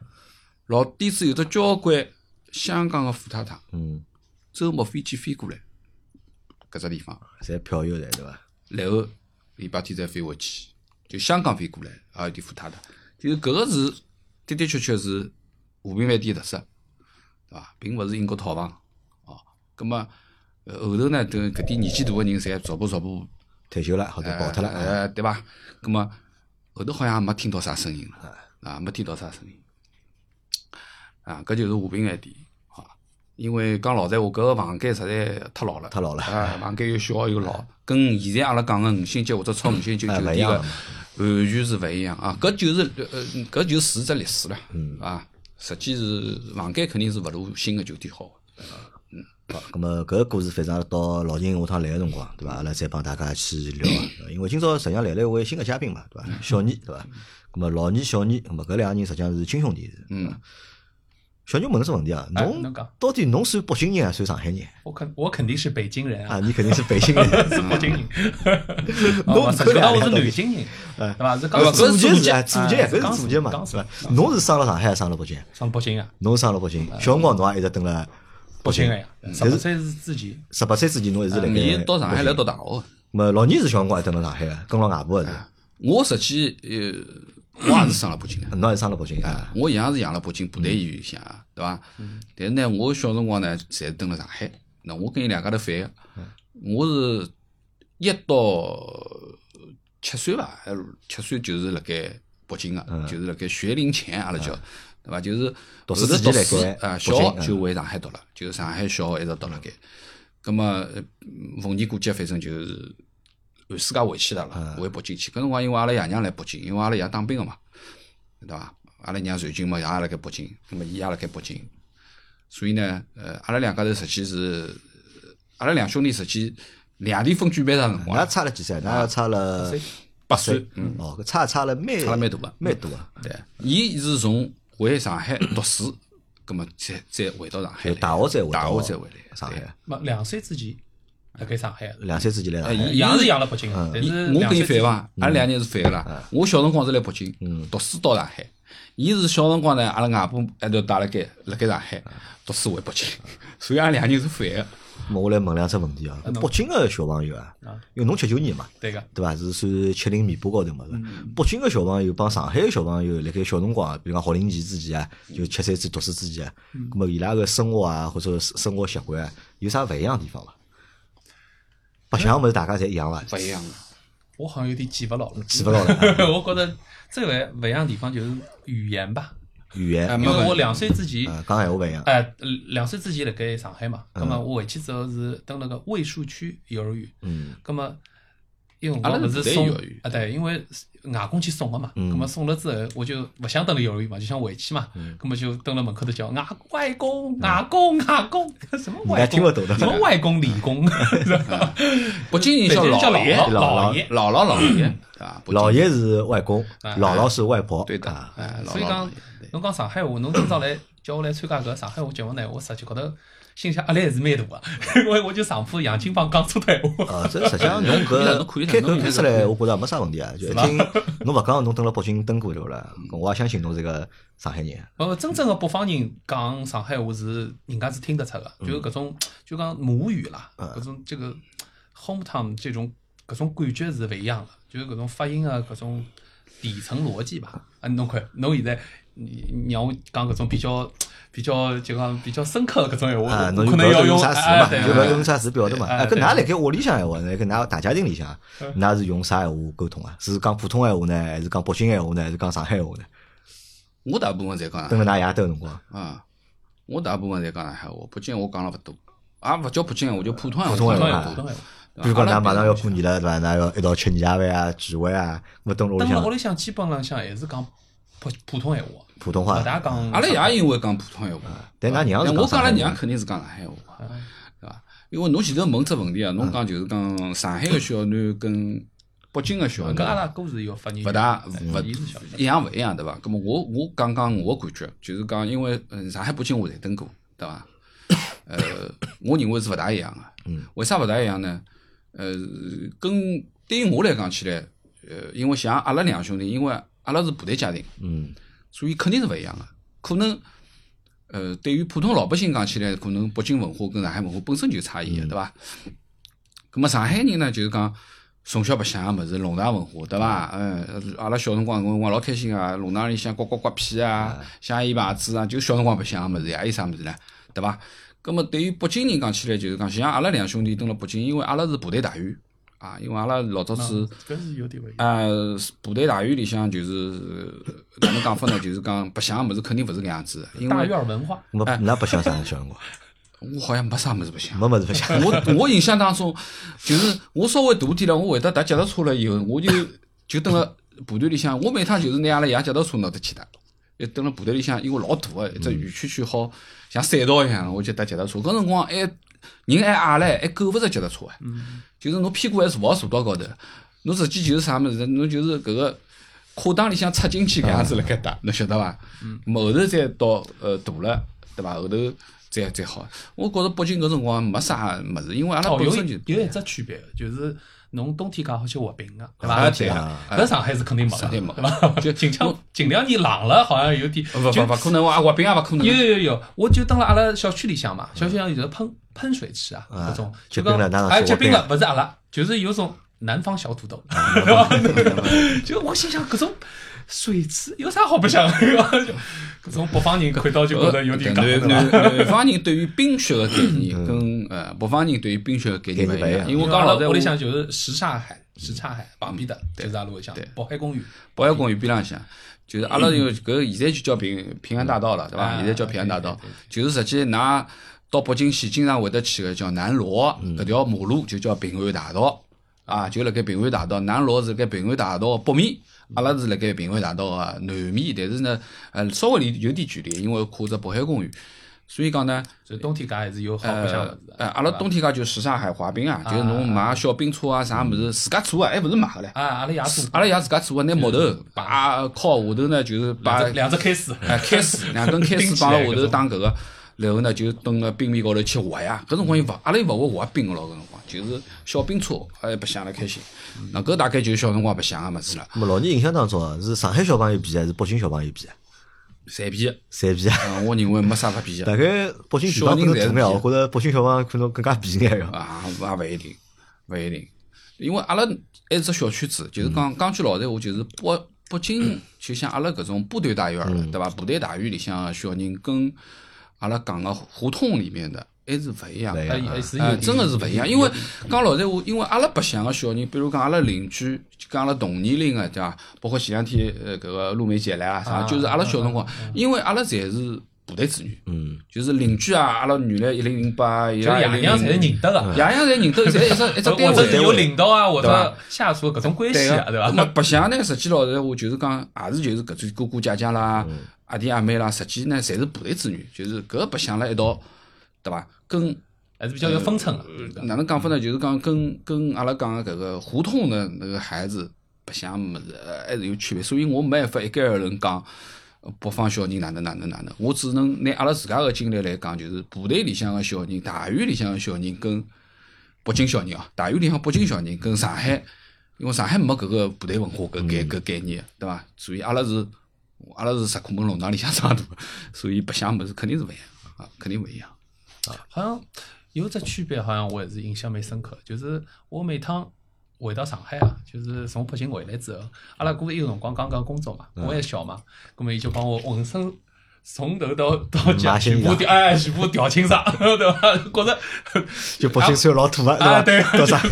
Speaker 2: 老底子有得交关香港个富太太，
Speaker 1: 嗯，
Speaker 2: 周末飞机飞过来搿只地方，
Speaker 1: 侪票友来对伐？
Speaker 2: 然后礼拜天再飞回去，就香港飞过来，也有点富太太。就是搿个是的的确确是和平饭店特色，对伐？并勿是英国套房哦。葛末呃后头呢，等搿点年纪大个人，侪逐步逐步
Speaker 1: 退休了或者跑脱了，啊
Speaker 2: 呃，对伐？那么后头好像也没听到啥声音
Speaker 1: 哎
Speaker 2: 了，啊，没听到啥声音，啊，搿就是和平饭店，啊，因为讲老实闲话，搿个房间实在太老了，
Speaker 1: 太老了
Speaker 2: 啊，房间又小又老，跟现在阿拉讲个五星级或者超五星级
Speaker 1: 哎
Speaker 2: 酒
Speaker 1: 勿一
Speaker 2: 店
Speaker 1: 样了
Speaker 2: 个完全是勿一样啊！搿就是呃，搿就是只历史了，
Speaker 1: 嗯
Speaker 2: 啊，实际是房间肯定是勿如新个酒店好的。
Speaker 1: 好，咁么搿个故事，反正阿拉到老金下趟来个辰光，对伐？阿拉再帮大家去聊啊，对伐因为今朝实际上来了一位新个嘉宾嘛，对伐？小倪，对伐？咁么老倪、小倪，咁么搿两个人实际上是亲兄弟，是
Speaker 2: 嗯，
Speaker 1: 小牛问侬只问题啊，
Speaker 3: 哎
Speaker 1: 侬
Speaker 3: 侬讲
Speaker 1: 到底侬算北京人还是算上海人
Speaker 3: 我肯我肯定是北京人
Speaker 1: 啊？
Speaker 3: 啊，
Speaker 1: 你肯定是北京
Speaker 2: 啊
Speaker 3: (laughs)
Speaker 1: 人，
Speaker 3: 是北京人。
Speaker 2: (laughs)
Speaker 1: 侬
Speaker 3: (laughs) 我
Speaker 1: 不
Speaker 3: 实
Speaker 1: 可
Speaker 3: 际
Speaker 1: 能
Speaker 3: 上我是
Speaker 1: 啊
Speaker 3: 南京人，对伐？是
Speaker 2: 哎
Speaker 3: 刚
Speaker 2: 不
Speaker 1: 祖
Speaker 2: 是
Speaker 1: 籍
Speaker 2: 祖
Speaker 1: 是
Speaker 2: 籍
Speaker 1: 啊，祖籍
Speaker 3: 哎
Speaker 1: 搿
Speaker 3: 江
Speaker 1: 是
Speaker 3: 苏
Speaker 1: 祖籍嘛，
Speaker 3: 江苏
Speaker 1: 是吧？侬是生了上海还是生了北京？
Speaker 3: 上北京啊，
Speaker 1: 侬生了北京，小辰光侬也一直蹲辣
Speaker 3: 北京个呀，十
Speaker 1: 但
Speaker 3: 八
Speaker 1: 是
Speaker 3: 岁是之前，
Speaker 1: 十八岁之前，侬一直辣盖。
Speaker 2: 伊啊到上海来读大学的。
Speaker 1: 么老倪是小辰光一直辣上海的，跟牢外婆的是吧，
Speaker 2: 我实际呃，我也是上了北京的，
Speaker 1: 侬也是生了北京啊？
Speaker 2: 我一样是养了北京部队医院里向啊，对伐？但是呢，我小辰光呢，侪是蹲辣上海。那我跟伊两家头反个，我是一到七岁伐，还是七岁就是辣盖北京个，就是辣盖学龄前阿拉叫。对伐？就是
Speaker 1: 嗯读书
Speaker 2: 后
Speaker 1: 之
Speaker 2: 头
Speaker 1: 前
Speaker 2: 读
Speaker 1: 辣
Speaker 2: 书
Speaker 1: 盖
Speaker 2: 啊，
Speaker 1: 北
Speaker 2: 小
Speaker 1: 京嗯
Speaker 2: 学就回上海读了，就是上海小学一直读辣盖。葛么呃嗯逢年过节，反正就是寒暑假回去了
Speaker 1: 嗯
Speaker 2: 啦，回北京去。搿辰光因为阿拉爷娘来北京，因为阿拉爷当兵个嘛，对伐？阿拉娘随军嘛，也辣盖北京，葛么伊也辣盖北京，所以呢，呃，阿拉两家头实际是，呃阿拉两兄弟实际两地分居蛮长辰
Speaker 1: 嗯
Speaker 2: 光
Speaker 1: 那
Speaker 2: 了，
Speaker 1: 差了几岁？那差了
Speaker 2: 八岁，嗯，
Speaker 1: 哦，搿差差了蛮
Speaker 2: 差了蛮大个，
Speaker 1: 蛮大啊！
Speaker 2: 对，伊是从回上海读书，葛么再再回到上海
Speaker 1: 就
Speaker 2: 来，
Speaker 1: 大学再回到
Speaker 2: 大学再回来，
Speaker 1: 上
Speaker 2: 对
Speaker 1: 海，啊
Speaker 3: 没两岁之前辣盖上海，啊
Speaker 1: 两岁之前来上海
Speaker 2: 哎。
Speaker 3: 也是养了北京的，啊但
Speaker 2: 伊
Speaker 3: 是
Speaker 2: 我跟伊
Speaker 3: 两岁
Speaker 2: 反
Speaker 3: 之前
Speaker 2: 伐，阿拉两人是反个
Speaker 1: 嗯
Speaker 2: 啦。我小辰光是来北京，读书到上海。伊是小辰光呢，阿拉外婆还头带辣盖辣盖上
Speaker 1: 嗯
Speaker 2: 海读书回北京， (laughs) 所以阿拉两人是反个。
Speaker 1: 咾我来问两只问题啊，
Speaker 3: 嗯
Speaker 1: 北京个小朋友啊
Speaker 3: 啊，
Speaker 1: 因为侬七九年嘛，
Speaker 3: 对个，
Speaker 1: 对伐？是算七零尾巴高头嘛，是吧？
Speaker 2: 嗯
Speaker 1: 北京个小朋友帮上海个小朋友，辣盖小辰光啊，比如讲学龄期之前啊，就七岁至读书之前啊，
Speaker 2: 嗯
Speaker 1: 咁么伊拉个生活啊，或者生生活习惯啊，有啥勿一样的地方伐？白相物事大家侪一样伐？
Speaker 2: 勿一样个。
Speaker 3: 我好像有点记勿牢了，
Speaker 1: 嗯记勿牢了
Speaker 2: (laughs)
Speaker 3: (laughs) 我觉着最勿勿一样的地方就是语言吧，
Speaker 1: 语言
Speaker 2: 哎
Speaker 1: 啊
Speaker 3: 因
Speaker 2: 没
Speaker 3: 为我两岁之前，，
Speaker 1: 讲闲话勿一样。
Speaker 3: 哎，两岁之前辣盖上海嘛，那么我回去之后是登了个卫戍区幼儿园，
Speaker 1: 嗯，
Speaker 3: 那么啊因为
Speaker 2: 阿
Speaker 3: 我
Speaker 2: 拉
Speaker 3: 勿
Speaker 2: 是
Speaker 3: 是
Speaker 2: 部队
Speaker 3: 送
Speaker 2: 幼儿园
Speaker 3: 啊，对，因为外公去送个嘛，
Speaker 2: 嗯
Speaker 3: 那么送了之后我就勿想登了幼儿园嘛，就想回去嘛，
Speaker 2: 嗯
Speaker 3: 那么就登了门口头叫外外公外公外公，什么
Speaker 1: 你还
Speaker 3: 外
Speaker 1: 听
Speaker 3: 公
Speaker 1: 不懂的
Speaker 3: 什么外公李
Speaker 2: (laughs)
Speaker 3: 公，是吧
Speaker 2: 北京人叫
Speaker 3: 北京人 (laughs) 叫
Speaker 2: 老爷、
Speaker 3: 姥姥
Speaker 2: 姥姥姥
Speaker 3: 姥爷
Speaker 2: 姥爷，对伐？北京
Speaker 1: 老嗯爷是外公，
Speaker 3: 哎
Speaker 1: 姥姥是外婆。
Speaker 2: 对的
Speaker 1: 啊，
Speaker 2: 哎，
Speaker 3: 所以
Speaker 2: 姥姥
Speaker 3: 讲
Speaker 2: 姥爷，
Speaker 3: 侬讲上海话，侬今朝来叫我来参加搿上海话节目呢，我实际觉得心想压力还是蛮大个， (laughs) 因为我就上铺杨金帮讲错闲话。
Speaker 1: 啊，这实际
Speaker 3: (laughs)
Speaker 1: 上侬搿
Speaker 2: 侬可以了侬可以了
Speaker 1: 开口
Speaker 2: 侬
Speaker 1: 开
Speaker 2: 可以
Speaker 1: 出
Speaker 2: 了
Speaker 1: 来，我觉着也没啥问题啊。就一听侬勿讲，侬蹲辣北京蹲过对勿啦？
Speaker 3: 嗯
Speaker 1: 我也相信侬是个上海人。
Speaker 3: 呃，真正个北方人讲上海话是人家是听得出个，
Speaker 1: 嗯
Speaker 3: 就是搿种就讲母语啦，
Speaker 1: 啊
Speaker 3: 搿种这个 hometown 这种搿种感觉是勿一样个，就是搿种发音啊，搿种底层逻辑吧。啊，侬看侬现在你让我讲搿种比较比较就讲比较深刻的搿种闲话，
Speaker 1: 啊，侬
Speaker 3: 我可
Speaker 1: 就
Speaker 3: 能
Speaker 1: 不
Speaker 3: 要
Speaker 1: 要
Speaker 3: 用
Speaker 1: 啥词
Speaker 3: 哎
Speaker 1: 嘛，
Speaker 3: 对
Speaker 1: 就不
Speaker 3: 对
Speaker 1: 要用啥词表达嘛。
Speaker 3: 哎
Speaker 1: 哎，
Speaker 3: 对
Speaker 1: 跟㑚辣盖屋里向闲话，呢，跟㑚大家庭里向，啊
Speaker 3: 嗯
Speaker 1: 㑚是用啥闲话沟通啊？是讲普通闲话呢，还是讲北京闲话呢，还是讲上海闲话呢？
Speaker 2: 我大部分侪讲上海
Speaker 1: 蹲辣㑚爷兜辰光，
Speaker 2: 啊，我大部分侪讲上海话，北京话讲了勿多，也勿叫北京话，就普通话。
Speaker 1: 普通话
Speaker 3: 普通
Speaker 1: 话
Speaker 2: 多
Speaker 3: 闲话普通闲话。
Speaker 2: 对
Speaker 1: 比如讲
Speaker 2: 阿拉
Speaker 1: 㑚马上要
Speaker 2: 平
Speaker 1: 过年了，
Speaker 3: 啊
Speaker 1: 对伐？㑚要一道吃年夜饭啊、聚会啊，我蹲辣屋里
Speaker 3: 蹲辣屋
Speaker 1: 向
Speaker 3: 里向基本浪向还是讲普普通闲话，
Speaker 1: 普通
Speaker 3: 勿
Speaker 1: 话。
Speaker 3: 大讲。
Speaker 2: 阿拉爷因为讲普通闲话，
Speaker 1: 啊但㑚娘是
Speaker 2: 但
Speaker 1: 讲
Speaker 2: 我
Speaker 1: 上
Speaker 2: 讲阿
Speaker 1: 海
Speaker 2: 拉
Speaker 1: 话
Speaker 2: 娘。肯定是讲上海话，对伐？因为侬前头问只问题啊，侬讲就是讲上海个小囡跟北京个
Speaker 1: 啊
Speaker 2: 小
Speaker 3: 啊跟阿拉
Speaker 2: 囡
Speaker 3: 哥是有发言哎
Speaker 2: 勿大勿
Speaker 3: 伊是小
Speaker 2: 一样勿一啊样，对伐？咁么我我讲讲我个感觉，就是讲因为嗯上海北京我侪蹲过，对伐？呃，我认为是勿大一样个。
Speaker 3: 嗯
Speaker 2: 为啥勿大一样呢？呃，跟对于我来讲起来，呃，因为像阿拉两兄弟，因为阿拉是部队家庭，
Speaker 1: 嗯，
Speaker 2: 所以肯定是勿一样的。可能，呃，对于普通老百姓讲起来，可能北京文化跟上海文化本身就差异的，对伐？咁么上海人呢，就是讲从小白相个物事，弄堂文化，对伐？嗯，阿拉小辰光，辰光老开心啊，弄堂里向刮刮刮屁啊，香烟牌子啊，就小辰光白相个物事呀，还有啥物事呢？对伐？咁么对于北京人讲起来，就是讲像阿拉两兄弟蹲辣北京，因为阿拉是部队大院，啊，因为阿拉老早子
Speaker 3: 嗯搿是有点勿一样。
Speaker 2: 啊，部队大院里向就是呃哪能讲法呢？就是讲白相个物事肯定勿是搿样子的，因
Speaker 3: 大
Speaker 2: 为
Speaker 3: 院文化，
Speaker 1: 我那白相啥小
Speaker 3: (laughs)
Speaker 1: 辰光，
Speaker 2: 我好像没啥物事白相。
Speaker 1: 没么子白相。
Speaker 2: 我我印象当中，就是我稍微大点了，我会得踏脚踏车了以后，
Speaker 3: (laughs)
Speaker 2: 我就就蹲辣部队里向，我每趟就是拿阿拉爷脚踏车拿得去的。一蹲辣部队里向，因为老大个，一只圆圈圈好像赛道一样，我就踏脚踏车。搿辰光还人还矮唻，还够勿着脚踏车哎，
Speaker 3: 嗯
Speaker 2: 就是侬屁股还坐勿好坐到高头，侬直接就是啥物事，侬就是搿个。裤裆里向插进去搿样子辣盖
Speaker 3: 嗯
Speaker 2: 搭，侬晓得伐？咾后头再到呃大了，对伐？后头再再好。我觉着北京搿辰光没啥物事，因为阿拉
Speaker 3: 哦，
Speaker 2: 本
Speaker 3: 有
Speaker 2: 身就啊
Speaker 3: 一有一只区别，就是侬冬天介好去滑冰个，对
Speaker 2: 啊
Speaker 3: 伐？
Speaker 2: 对啊
Speaker 1: 哎
Speaker 3: 搿上海是肯定没
Speaker 2: 上
Speaker 3: 的，
Speaker 2: 海
Speaker 3: 对
Speaker 2: 没
Speaker 3: 伐？
Speaker 2: 就
Speaker 3: (laughs) 就尽量尽量你冷了，好像有点
Speaker 2: 勿
Speaker 3: 就
Speaker 2: 勿勿可能，我也滑冰也勿可能啊
Speaker 3: 有。有有有，我就蹲辣阿拉小区里向嘛，小区里向有个喷喷水池啊，
Speaker 1: 嗯啊
Speaker 3: 搿种
Speaker 1: 结
Speaker 3: 就
Speaker 1: 冰
Speaker 3: 讲
Speaker 1: 了哪啊能
Speaker 3: 哎，
Speaker 1: 去
Speaker 3: 结
Speaker 1: 滑冰
Speaker 3: 冰
Speaker 1: 啊
Speaker 3: 了，勿是阿拉，就是有种南方小土豆， (laughs) 对伐？就我心想，搿种水池有啥好白相？ (laughs) 对伐搿种北方人看到就觉得有点尬，嗯对
Speaker 2: 南
Speaker 3: 伐？
Speaker 2: 南南方人对于冰雪的概念跟呃北方人对于冰雪的概念勿
Speaker 1: 概念勿一
Speaker 2: 一样，
Speaker 1: 样
Speaker 2: 因为
Speaker 3: 因为
Speaker 2: 讲
Speaker 3: 阿拉
Speaker 2: 老在
Speaker 3: 屋里向就是什刹海，什刹海旁边的就是阿拉屋里向
Speaker 2: 对
Speaker 3: 渤海公园。
Speaker 2: 渤海公园边浪向，就是阿拉有搿现在就叫平平安大道了，对伐？
Speaker 3: 嗯
Speaker 2: 现在叫平安大道
Speaker 3: 对对，
Speaker 2: 就是实际㑚到北京去，经常会得去个叫南锣
Speaker 3: 嗯
Speaker 2: 搿条马路就叫平安大道啊，就辣盖平安大道，南锣是辣盖平安大道的北面。
Speaker 3: 嗯
Speaker 2: 阿拉是辣盖平安大道个南面，但是呢，呃，稍微离有点距离，因为跨着渤海公园，所以讲呢，
Speaker 3: 所以冬天介还是有好白相物
Speaker 2: 呃
Speaker 3: 事，的。
Speaker 2: 呃，阿拉冬天介就时尚海滑冰啊，就是侬买小冰车啊，啥物事自家做啊，还勿是买个唻，
Speaker 3: 啊，阿拉爷做，
Speaker 2: 阿拉爷自家做个，拿木头把靠下头呢，就是把
Speaker 3: 两只两只开始，
Speaker 2: 哎开水，两根开水
Speaker 3: 冰起
Speaker 2: 放
Speaker 3: 来
Speaker 2: 了下
Speaker 3: 搿
Speaker 2: 头
Speaker 3: 种
Speaker 2: 打搿个，然后呢就蹲辣冰面高头去滑呀。搿辰光又勿，阿拉又勿会滑冰个咯，搿辰光就是小冰车，哎白相了开心。那搿大概就是小辰光白相个物事了，
Speaker 1: 么老年印象当中啊，是上海小朋友比还是北京小朋友比啊？
Speaker 2: 随便。
Speaker 1: 侪比啊？
Speaker 2: 嗯，我认为没啥法比较。
Speaker 1: 大概北京地方更重啊要，我觉着北京小朋友可能更加比眼要。
Speaker 2: 啊，也勿一定，勿一定，因为阿拉还是只小圈子，就是
Speaker 3: 嗯
Speaker 2: 讲讲句老实话，就是北北京就像阿拉搿种部队大院儿
Speaker 3: 嗯
Speaker 2: 了，对伐？部队大院里向的小人跟阿拉讲个胡同里面的还是勿一样
Speaker 1: 勿
Speaker 2: 的
Speaker 1: 一。
Speaker 3: 哎
Speaker 1: 样
Speaker 3: 也是
Speaker 2: 哎，
Speaker 3: 有
Speaker 2: 真个是勿一样，因为讲老实闲话，因为阿拉白相个小人，比如讲阿拉邻居，就讲阿拉同年龄个，对伐？包括前两天呃搿个陆梅姐来啊啥，
Speaker 3: 啊
Speaker 2: 就是阿拉小辰光，因为阿拉侪是部队子女，
Speaker 1: 嗯，
Speaker 2: 就是邻居啊，阿拉原来一零零八，伊
Speaker 3: 就
Speaker 2: 拉
Speaker 3: 是
Speaker 2: 一
Speaker 3: 爷
Speaker 2: 零
Speaker 3: 娘侪
Speaker 2: 零
Speaker 3: 是认得啊个。
Speaker 2: 爷娘侪认得，哎侪一只一只
Speaker 3: (laughs)
Speaker 2: 单
Speaker 3: 或者
Speaker 2: 位。
Speaker 3: 有领导啊，或
Speaker 2: 对吧
Speaker 3: 者下属搿种关系
Speaker 2: 对嗯
Speaker 3: 啊，对
Speaker 2: 个，
Speaker 3: 伐？
Speaker 2: 那白相呢，实际老实闲话，就是讲，也是就是搿种哥哥姐姐啦、阿弟阿妹啦，实际呢，侪是部队子女，就是搿白相辣一道，对伐？跟
Speaker 3: 还是比较有分寸啊个。
Speaker 2: 嗯哪能讲法呢？就是讲跟跟阿拉讲的搿个胡同的那个孩子白相物事，呃还是有区别。所以我没办法一概而论讲呃北方小人哪能哪能哪能，我只能拿阿拉自家个经历来讲，就是部队里向个小人、大院里向个小人跟北京小人啊，大院里向北京小人跟上海，因为上海没搿个部队文化搿概搿概念，对伐？所以阿拉是阿拉是石库门弄堂里向长大的，所以白相物事肯定是勿一样啊，肯定勿一样。
Speaker 3: 好像有只区别，好像我也是印象蛮深刻，就是我每趟。回到上海啊，就是从北京回来之后，阿拉哥有辰光刚刚工作
Speaker 1: 嗯
Speaker 3: 嘛，我还小嘛，葛么伊就帮我浑身从头到到脚
Speaker 1: 买嗯新
Speaker 3: 全部
Speaker 1: 衣
Speaker 3: 调，哎，全部调清爽，对伐？觉着
Speaker 1: (laughs) 就北京虽然老土啊，
Speaker 3: 啊，
Speaker 1: 伐？
Speaker 3: 对，
Speaker 1: 叫啥？
Speaker 3: 啊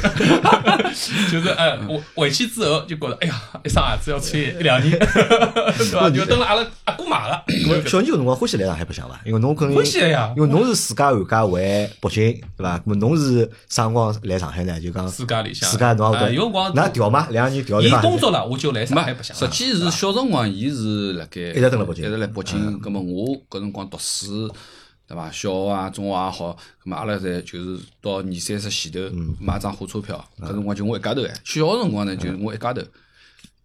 Speaker 3: 就是哎，我回去之后就觉着，哎呀，一双鞋子要穿一两年，
Speaker 1: 嗯
Speaker 3: 对伐？就等了阿拉阿哥买了，
Speaker 1: 小人有辰光欢喜来上海白相伐？因为侬跟
Speaker 3: 欢喜的呀
Speaker 1: 因为侬是自家寒假回北京，对伐？那么侬是啥辰光来上海呢？就讲
Speaker 3: 自家里向
Speaker 1: 自家侬
Speaker 3: 哎
Speaker 1: 也
Speaker 3: 有辰
Speaker 1: 勿
Speaker 3: 光
Speaker 1: 那调嘛，两个人调
Speaker 3: 伊
Speaker 1: 对伐？
Speaker 3: 工作了，我就来上海
Speaker 2: 没
Speaker 3: 白，相
Speaker 2: 实
Speaker 3: 了。
Speaker 2: 际是小辰光，伊是辣盖一
Speaker 1: 直蹲辣北京嗯
Speaker 2: 一直辣北京。葛末我搿辰光读书，对伐？小学啊、中学也好，葛末阿拉侪就是到二三十前头
Speaker 1: 嗯
Speaker 2: 买张火车票，搿辰光就我一家头哎。小学辰光呢，
Speaker 1: 嗯
Speaker 2: 就是我一家头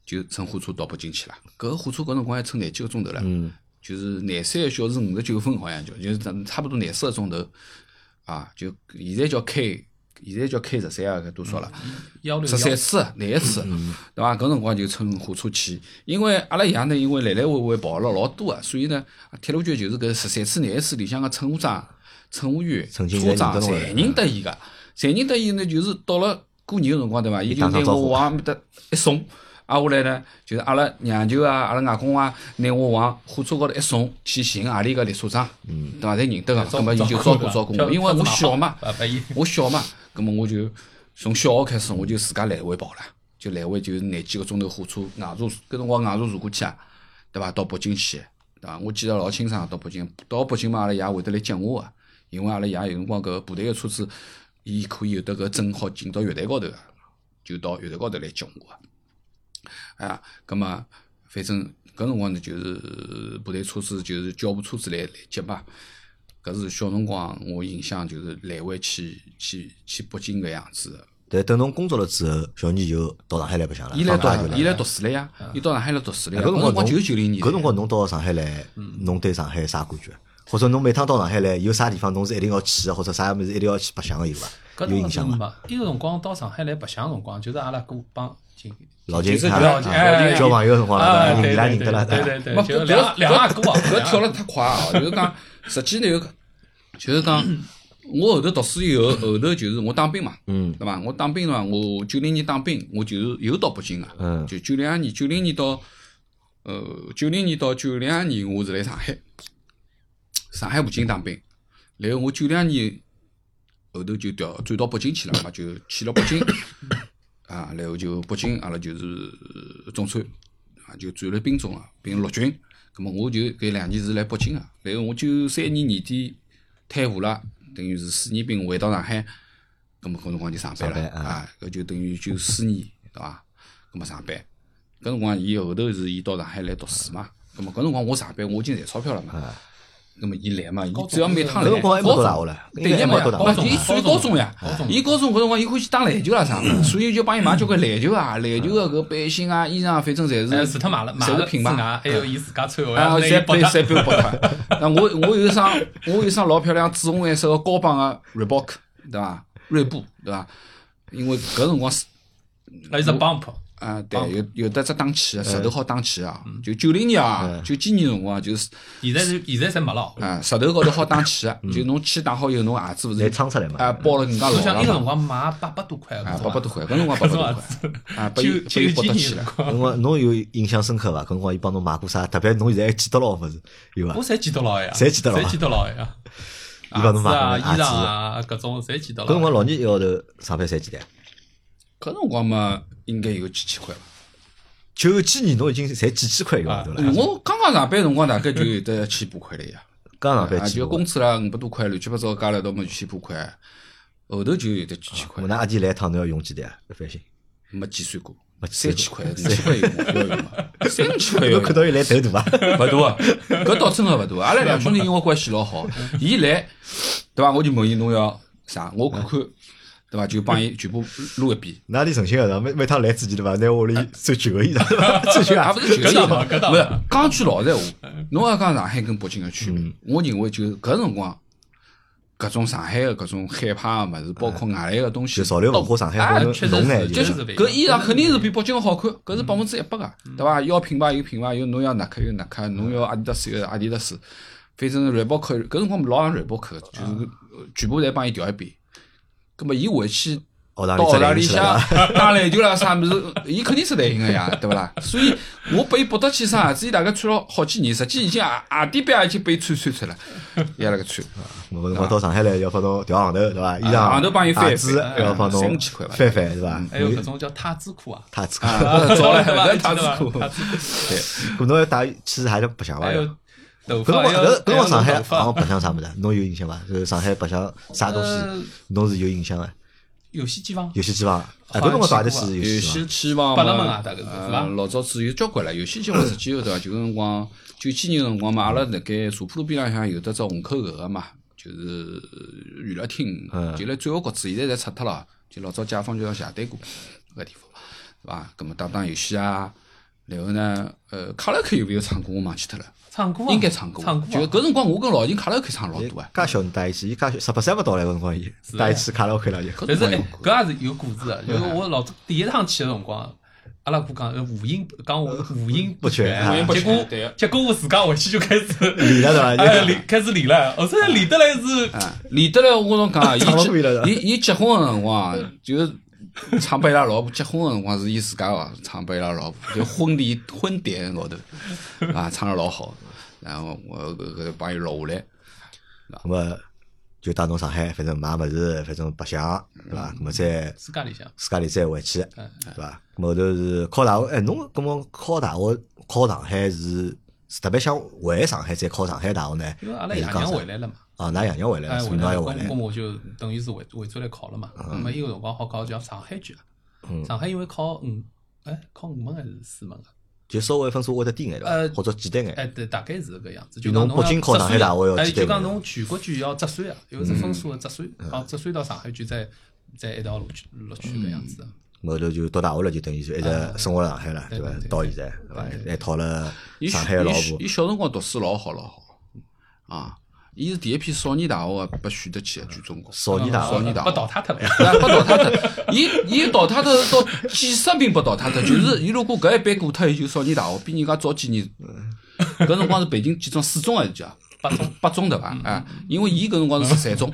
Speaker 2: 就乘火车到北京去了。搿火车搿辰光还乘廿几个钟头了，
Speaker 1: 嗯
Speaker 2: 就是廿三个小时五十九分，好像就就是差不多廿四个钟头啊。就现在叫 K，现在叫 K 十三啊，搿多少了？
Speaker 1: 嗯
Speaker 3: 幺六
Speaker 2: 十
Speaker 3: 幺嗯
Speaker 2: 三次，廿一次，对伐？搿辰光就乘火车去，因为阿拉爷呢，因为来来回回跑了老多啊，所以呢，铁路局就是搿十三次、廿一次里向个乘务长、乘务员、车
Speaker 1: 曾经在
Speaker 2: 长，
Speaker 1: 认得我
Speaker 2: 侪认得伊个，侪认得伊呢，就是到了过年个辰光，对伐？伊就
Speaker 1: 打
Speaker 2: 拿
Speaker 1: 声招
Speaker 2: 我
Speaker 1: 呼
Speaker 2: 往阿面搭一送，挨下来呢，就是阿拉娘舅啊、阿拉外公啊，拿我往火车高头一送，去寻阿里个列车长，
Speaker 1: 嗯
Speaker 2: 对伐？侪认得个，葛末伊就照顾照顾我，因为我小嘛。
Speaker 3: 啊，不一
Speaker 2: 我小嘛，葛么我就从小学开始我就自家来回跑了，就来回就是廿几个钟头火车，外坐，搿辰光外坐坐过去啊，对伐？到北京去，对伐？我记得老清爽，到北京，到北京嘛，阿拉爷会得来接我个，因为阿拉爷有辰光搿部队个车子，伊可以有得搿正好进到月台高头个，就到月台高头来接我啊个。哎呀，葛么反正搿辰光呢，就是部队车子就是教务车子来来接嘛。搿是小辰光我印象就是来回去去去北京搿样子的。
Speaker 1: 但等侬工作了之后，小妮就到上海来白相了，
Speaker 2: 伊来
Speaker 1: 放假
Speaker 2: 读
Speaker 1: 啊
Speaker 3: 啊
Speaker 1: 就
Speaker 2: 伊来读书了呀，伊到上海来读书了
Speaker 1: 哎
Speaker 2: 呀。
Speaker 1: 搿
Speaker 2: 搿
Speaker 1: 辰
Speaker 2: 辰
Speaker 1: 光
Speaker 2: 光
Speaker 1: 侬
Speaker 2: 九九零年代，啊嗯
Speaker 1: 搿辰光侬到上海来，侬对上海啥感觉？或者侬每趟到上海来，有啥地方侬是一定要去的，或者啥物事一定要去白相的有伐？有
Speaker 3: 搿辰
Speaker 1: 印
Speaker 3: 光是
Speaker 1: 象伐？
Speaker 3: 没，伊个辰光到上海来白相个辰光，就是阿拉哥帮进
Speaker 1: 老金
Speaker 2: 就是
Speaker 1: 啊
Speaker 2: 老
Speaker 3: 金
Speaker 1: 啊
Speaker 3: 哎
Speaker 1: 交朋友的辰光
Speaker 3: 啊，
Speaker 1: 伊
Speaker 3: 对
Speaker 1: 拉
Speaker 3: 对
Speaker 1: 认得了，
Speaker 3: 对对
Speaker 1: 啊
Speaker 3: 对对，
Speaker 2: 没
Speaker 3: 就
Speaker 2: 搿
Speaker 3: 两两阿哥啊，
Speaker 2: 搿跳了太快啊！就是讲，实际呢有，就是讲，我后头读书以后，后头就是我当兵嘛，
Speaker 1: 嗯
Speaker 2: 对伐？我当兵嘛，我九零年当兵，我就是又到北京
Speaker 1: 嗯
Speaker 2: 个，啊就九两年，九零年到，呃，九零年到九两年，我是来上海，上海武警当兵，然后我九两年后头就调转到北京去了嘛，就去了北京，啊，然后就北京阿拉就是呃中专，啊，就转了兵种啊，并陆军。咁么我就搿两年是来北京个，然后我九三年年底退伍了，等于是四年兵回到上海，咁么搿辰光就上班
Speaker 1: 上
Speaker 2: 了
Speaker 1: 班啊
Speaker 2: 啊，搿就等于九四年对伐？咁么上班，搿辰光伊后头是伊到上海来读书嘛，咁么搿辰光我上班我已经赚钞票了嘛，
Speaker 1: 啊
Speaker 2: 咁么伊来嘛，伊只要每趟来，
Speaker 1: 搿辰光还没
Speaker 2: 高
Speaker 1: 到
Speaker 2: 中
Speaker 1: 大学了，应
Speaker 2: 对，
Speaker 1: 该还
Speaker 2: 也没
Speaker 1: 没到大学
Speaker 2: 不是，伊
Speaker 1: 啊。
Speaker 2: 属于高中呀
Speaker 3: 高中。
Speaker 2: 伊高中搿辰光，伊欢喜打篮球啦啥物事，所以就帮伊买交关篮球啊、篮球个搿背心啊、衣裳啊，反正侪
Speaker 3: 哎，
Speaker 2: 是
Speaker 3: 除脱买了买
Speaker 2: 侪
Speaker 3: 了
Speaker 2: 是
Speaker 3: 之
Speaker 2: 品牌。
Speaker 3: 外，还有伊自家穿，我
Speaker 2: 啊，
Speaker 3: 要
Speaker 2: 侪
Speaker 3: 再
Speaker 2: 被
Speaker 3: 背
Speaker 2: 侪被剥脱。那我我有一双，我有一双老漂亮紫红颜色个高帮个瑞宝克，对伐？锐步，对伐？因为搿辰光是
Speaker 3: 那是 bump，
Speaker 2: 啊，对，有有的只打气个，石头好打气啊。就九零年啊，九几年辰光就是
Speaker 3: 现在是现在侪没了。
Speaker 2: 啊，石头高头好打气个，就侬气打好以后，侬鞋子勿
Speaker 1: 来
Speaker 2: 是
Speaker 1: 撑出来嘛
Speaker 2: 啊，包了人家
Speaker 3: 我
Speaker 2: 老
Speaker 3: 想
Speaker 2: 了
Speaker 3: 伊个
Speaker 2: 嘛
Speaker 3: 辰。光买八百多块，
Speaker 2: 啊，
Speaker 3: 搿
Speaker 2: 八百
Speaker 3: 种啊
Speaker 2: 多块，搿辰光八百
Speaker 3: (laughs)
Speaker 2: 多块，啊，被伊
Speaker 3: 九
Speaker 2: 被伊剥
Speaker 3: 九几
Speaker 2: 得
Speaker 3: 年
Speaker 2: 起
Speaker 3: 辰
Speaker 2: 来。
Speaker 1: 搿
Speaker 3: 光，
Speaker 1: 辰光侬有印象深刻伐？搿辰光伊帮侬买过啥？特别侬现在还记得牢物事有伐
Speaker 3: 我？侪记得牢呀，
Speaker 1: 侪记得牢啊
Speaker 3: 侪记得牢呀。
Speaker 1: 伊帮侬买
Speaker 3: 啊，
Speaker 1: 过啥
Speaker 3: 衣
Speaker 1: 鞋
Speaker 3: 裳
Speaker 1: 子？
Speaker 3: 啊，搿种侪记得
Speaker 1: 搿
Speaker 3: 牢
Speaker 1: 辰光
Speaker 3: 呀。
Speaker 1: 老年一个号头上班赚几钿？
Speaker 2: 搿辰光嘛，应该有几千块吧。
Speaker 1: 九几年侬已经赚几千块一个号头了，
Speaker 2: 啊我刚刚上班辰光，大概就有得千把块了呀。
Speaker 1: 刚上班
Speaker 2: 啊，
Speaker 1: 几
Speaker 2: 就
Speaker 1: 千块
Speaker 2: 工。资啦，五百多块，乱七八糟加了一道嘛，就千把块。后头就有得几千块
Speaker 1: 我，那阿弟来一趟侬要用几钿啊？一般性。
Speaker 2: 没计算过，
Speaker 1: 没计
Speaker 2: 三
Speaker 1: 算
Speaker 2: 千块、五千块有嘛要有嘛，三千块
Speaker 1: 侬
Speaker 2: 有嘛
Speaker 1: (laughs) 看到伊来头大伐？
Speaker 2: 勿大啊，搿倒真个勿大啊。阿拉两兄弟因为关系老好，
Speaker 1: 嗯
Speaker 2: 伊来对伐？我就问伊侬要啥，我看看对伐？就帮伊全部撸一遍。
Speaker 1: 哪里诚啊心个，每每趟来之前对伐？拿屋里最旧个衣裳，最旧
Speaker 2: 也
Speaker 1: 啊
Speaker 2: 勿，是
Speaker 3: 搿
Speaker 2: 就是
Speaker 3: 倒没搿倒
Speaker 2: 不
Speaker 3: 没
Speaker 2: 是讲句老实闲话，侬要讲上海跟北京个区别，我认为就是搿辰光。搿种上海个搿种害怕个物事，包括外来个东西，
Speaker 1: 就潮流文化，上海可
Speaker 3: 啊确
Speaker 1: 能
Speaker 3: 实
Speaker 1: 浓眼
Speaker 3: 是
Speaker 1: 就
Speaker 2: 就是是
Speaker 3: 勿一
Speaker 2: 搿
Speaker 3: 样
Speaker 2: 衣裳肯定是比北京个好看，搿是百分之一百个，对伐？要品牌有品牌，有侬要耐克有耐克，侬要阿迪达斯有阿迪达斯，反正瑞宝克搿辰光老像瑞宝克，就是呃全部侪帮伊调一遍。葛末伊回去
Speaker 1: 学堂
Speaker 2: 到
Speaker 1: 哦里
Speaker 2: 学
Speaker 1: 再来一次
Speaker 2: 堂里向
Speaker 1: 了。
Speaker 2: (laughs) 打篮球啦啥物事，伊肯定是来应个
Speaker 1: (laughs)
Speaker 2: 呀，对勿啦？所以我被伊剥得起双鞋子，伊大概穿了好几年，实际已经啊鞋鞋底边已经被伊穿穿出来了，伊还辣盖穿。
Speaker 1: 我辰光到上海来要帮侬调行头对伐？衣裳
Speaker 2: 啊行头帮伊翻
Speaker 1: 鞋子
Speaker 2: 翻
Speaker 1: 要帮
Speaker 2: 三
Speaker 1: 侬
Speaker 2: 五千块吧
Speaker 1: 翻翻对伐？
Speaker 3: 还有搿种叫塔子嗯哎裤啊，
Speaker 1: 太子
Speaker 2: 啊，
Speaker 1: 个，
Speaker 2: (laughs) 早 (laughs) 了，搿
Speaker 3: 记
Speaker 2: 太
Speaker 3: 得伐
Speaker 2: 酷。
Speaker 3: 塔子裤，
Speaker 1: 搿侬要带去还是白相伐？
Speaker 3: 还
Speaker 1: 搿
Speaker 3: 有
Speaker 1: 辰
Speaker 3: 头
Speaker 1: 光
Speaker 3: 发，还有
Speaker 1: 搿搿辰光上
Speaker 3: 还
Speaker 1: 海
Speaker 3: 哎有头发
Speaker 1: 好像白相啥物事？啊侬有印象伐？就是上海白相啥东
Speaker 3: 呃
Speaker 1: 西，侬是有印象啊个？
Speaker 3: 游戏机房，
Speaker 1: 游戏机房，啊搿
Speaker 3: 像
Speaker 1: 辰光到底
Speaker 3: 去
Speaker 1: 是
Speaker 3: 过啊
Speaker 1: 游
Speaker 2: 有
Speaker 1: 戏机
Speaker 2: 些
Speaker 1: 房，
Speaker 2: 期望
Speaker 3: 八
Speaker 2: 嘛，
Speaker 3: 大门啊大概是是吧
Speaker 2: 呃老早子有交关了，有些交
Speaker 3: (laughs)
Speaker 2: 关实际后头啊，就搿辰光九几年辰光嘛，阿拉辣盖茶铺路边浪向有得只虹口搿个嘛，就是呃娱乐厅，
Speaker 3: 嗯
Speaker 2: 就辣最后角子，现在侪拆脱了，就老早解放叫下对过搿个地方，对伐？葛末打打游戏啊，然后呢，呃，卡拉 OK 有没有唱歌我忘记脱了，
Speaker 3: 唱歌啊，
Speaker 2: 应该唱歌，
Speaker 3: 唱歌
Speaker 2: 就
Speaker 3: 啊，
Speaker 2: 搿辰光我跟老秦卡拉 OK 唱老多啊，
Speaker 1: 介小侬带伊去，伊介小十八岁勿到来个辰光，伊
Speaker 3: 是
Speaker 1: 带伊
Speaker 3: 呀
Speaker 1: 去卡拉 OK 了就。
Speaker 2: 搿
Speaker 3: 但
Speaker 2: 辰
Speaker 3: 是
Speaker 2: 光
Speaker 3: 哎
Speaker 2: 有，
Speaker 3: 搿也是有故事的。就是
Speaker 1: 嗯
Speaker 3: 我老早第一趟去的辰光，阿拉哥讲呃五音讲我五音
Speaker 1: 不全啊
Speaker 2: 五音不
Speaker 3: 结
Speaker 2: 全
Speaker 3: 果
Speaker 2: 对啊
Speaker 3: 结果我自家回去就开
Speaker 1: 理
Speaker 3: 始，
Speaker 1: 了对伐？
Speaker 3: 哎理开始理了，我说理得来是
Speaker 2: 啊，李德来，我跟
Speaker 1: (laughs)
Speaker 2: 侬讲啊，伊
Speaker 1: 唱了鬼了
Speaker 2: 结伊伊结婚个辰光啊，就是唱拨伊拉老婆。结婚个辰光是伊自家个唱拨伊拉老婆，就婚礼 (laughs) 婚典高头呃啊，唱了老好。然后我搿搿帮伊录下来，
Speaker 1: 那么就带侬上海，反正买物事，反正白相，对伐？咾么再
Speaker 3: 自家里向，
Speaker 1: 自家里再回去，
Speaker 3: 嗯，
Speaker 1: 对伐？咾么后头是考大学，哎，侬搿么考大学考上海是是特别想回上海再考上海大学呢？
Speaker 3: 因为阿拉
Speaker 1: 还是
Speaker 3: 爷
Speaker 1: 哎讲
Speaker 3: 娘
Speaker 1: 啥
Speaker 3: 回来了嘛，
Speaker 1: 啊，㑚爷娘回来
Speaker 3: 哎，
Speaker 1: 了，所
Speaker 3: 回
Speaker 1: 以侬
Speaker 3: 来
Speaker 1: 也
Speaker 3: 了，
Speaker 1: 回来嗯
Speaker 3: 公公我就等于是回回转来考了嘛。那么伊个辰光好考叫上海卷，上海因为考五，哎，考五门还是四门啊？
Speaker 1: 就稍微分数会得低眼对
Speaker 3: 呃
Speaker 1: 伐？或者简单眼。
Speaker 3: 哎，对，大概是搿样子。
Speaker 1: 比
Speaker 3: 就
Speaker 1: 侬
Speaker 3: 讲侬
Speaker 1: 北京考
Speaker 3: 折
Speaker 1: 上海
Speaker 3: 算
Speaker 1: 大学要
Speaker 3: 哎
Speaker 1: 简单一
Speaker 3: 就讲
Speaker 1: 点
Speaker 3: 侬全国卷要折算啊，因为是分数的折算，好折算到上海卷再再一道录取录取搿样子的。
Speaker 1: 后头就到大学了，就等于就一直生活了上海了，
Speaker 3: 呃对
Speaker 1: 伐
Speaker 3: 对？对
Speaker 1: 到现在，对伐？还讨了
Speaker 2: 伊
Speaker 1: 上
Speaker 2: 小
Speaker 1: 海个老
Speaker 2: 伊小
Speaker 1: 婆
Speaker 2: 伊，小辰光读书老好老好，啊，伊是第一批少年大学被选得起的，全中国。
Speaker 1: 少年大
Speaker 2: 少
Speaker 1: 学
Speaker 2: 年大
Speaker 3: 被淘汰脱了呀。
Speaker 2: 那被淘汰的， (laughs) 伊伊淘汰的是到几十名被淘汰的，就是伊如果搿一班过脱，伊就少年大学比人家早几年。搿辰光是北京几中四中还是几啊？八中八中对伐？哎，因为伊搿辰光是十三中，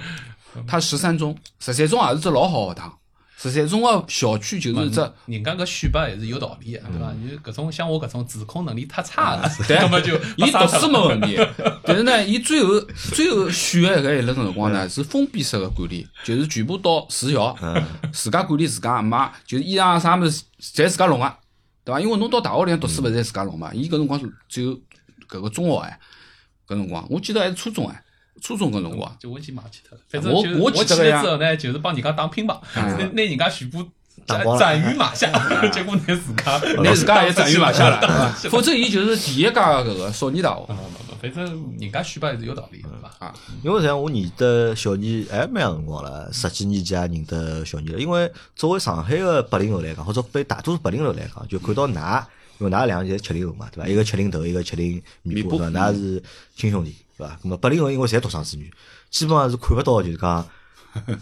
Speaker 2: 他十三中，十三中也是只老好学堂。十三中个校区就是只
Speaker 3: 人家搿选拔还是有道理的，对伐？你搿种像我搿种自控能力太差了，
Speaker 2: 对
Speaker 3: 根本就
Speaker 2: 伊读书没
Speaker 3: 嘛，
Speaker 2: 问题， (laughs) 但是呢，伊最后最后选个搿一轮辰光呢，是封闭式个管理，就是全部到住校， (laughs) 自家管理自家买，就是衣裳啥物事侪自家弄个，对伐？因为侬到大学里向读书勿是侪自家弄嘛，伊搿辰光是只有搿个中学哎，搿辰光我记得还是初中哎，初中搿辰光，
Speaker 3: 就我已经忘记脱了。反正
Speaker 2: 我
Speaker 3: 就是
Speaker 2: 我
Speaker 3: 我
Speaker 2: 记
Speaker 3: 去
Speaker 2: 得了呀
Speaker 3: 了之后呢，就是帮人家打乒乓，拿拿人家全部
Speaker 1: 打
Speaker 3: 斩
Speaker 1: 光了
Speaker 3: 斩于马下， (laughs) 结果拿自家
Speaker 2: 拿自家也
Speaker 3: 斩
Speaker 2: 占于马下了，对伐否则伊就是第一家搿个少年大学，
Speaker 3: 反正人家选拔还是有道理的，对伐？
Speaker 2: 啊，
Speaker 1: 因为实际上我认得小年还蛮长辰光了，十几年前也认得小年了。因为作为上海个八零后来讲，或者对大多数八零后来讲，就看到㑚，因为㑚两个侪七零后嘛，对伐？一个七零头，一个七零尾巴，
Speaker 2: 尾
Speaker 1: 对
Speaker 2: 巴
Speaker 1: 伐？㑚是亲兄弟，对伐？那么八零后因为侪独生子女，基本上是看勿到就是讲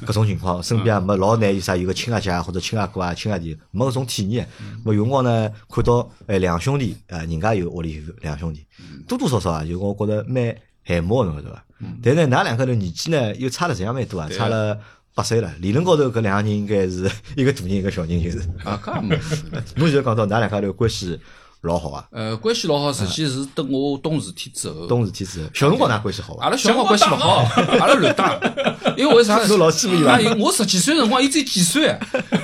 Speaker 1: 搿种情况，身边也
Speaker 2: 嗯
Speaker 1: 没老难有啥有个亲阿姐或者亲阿哥啊、亲阿弟，没搿种体验。
Speaker 2: 嗯
Speaker 1: 咾有辰光呢，看到哎两兄弟，啊，人家有屋里有两兄弟，
Speaker 2: 嗯
Speaker 1: 多多少少啊，就我觉着蛮羡慕侬晓得伐？但是呢，㑚两个头年纪呢又差了实际上蛮多啊，差了八岁了。理论高头搿两个人应该是 (laughs) 一个大人一个小人，就是。
Speaker 2: 啊，搿也没事。
Speaker 1: 侬现在讲到㑚两家头关系老好啊，
Speaker 2: 呃，关系老好，实际是等我懂事体之后。
Speaker 1: 懂事体之后，小辰光㑚关系好啊伐
Speaker 2: 呃阿？拉小辰光关系勿好，阿拉乱打，因为为啥？
Speaker 1: 侬老欺负伊拉
Speaker 2: 那我十几岁辰光，伊只有几岁， (laughs)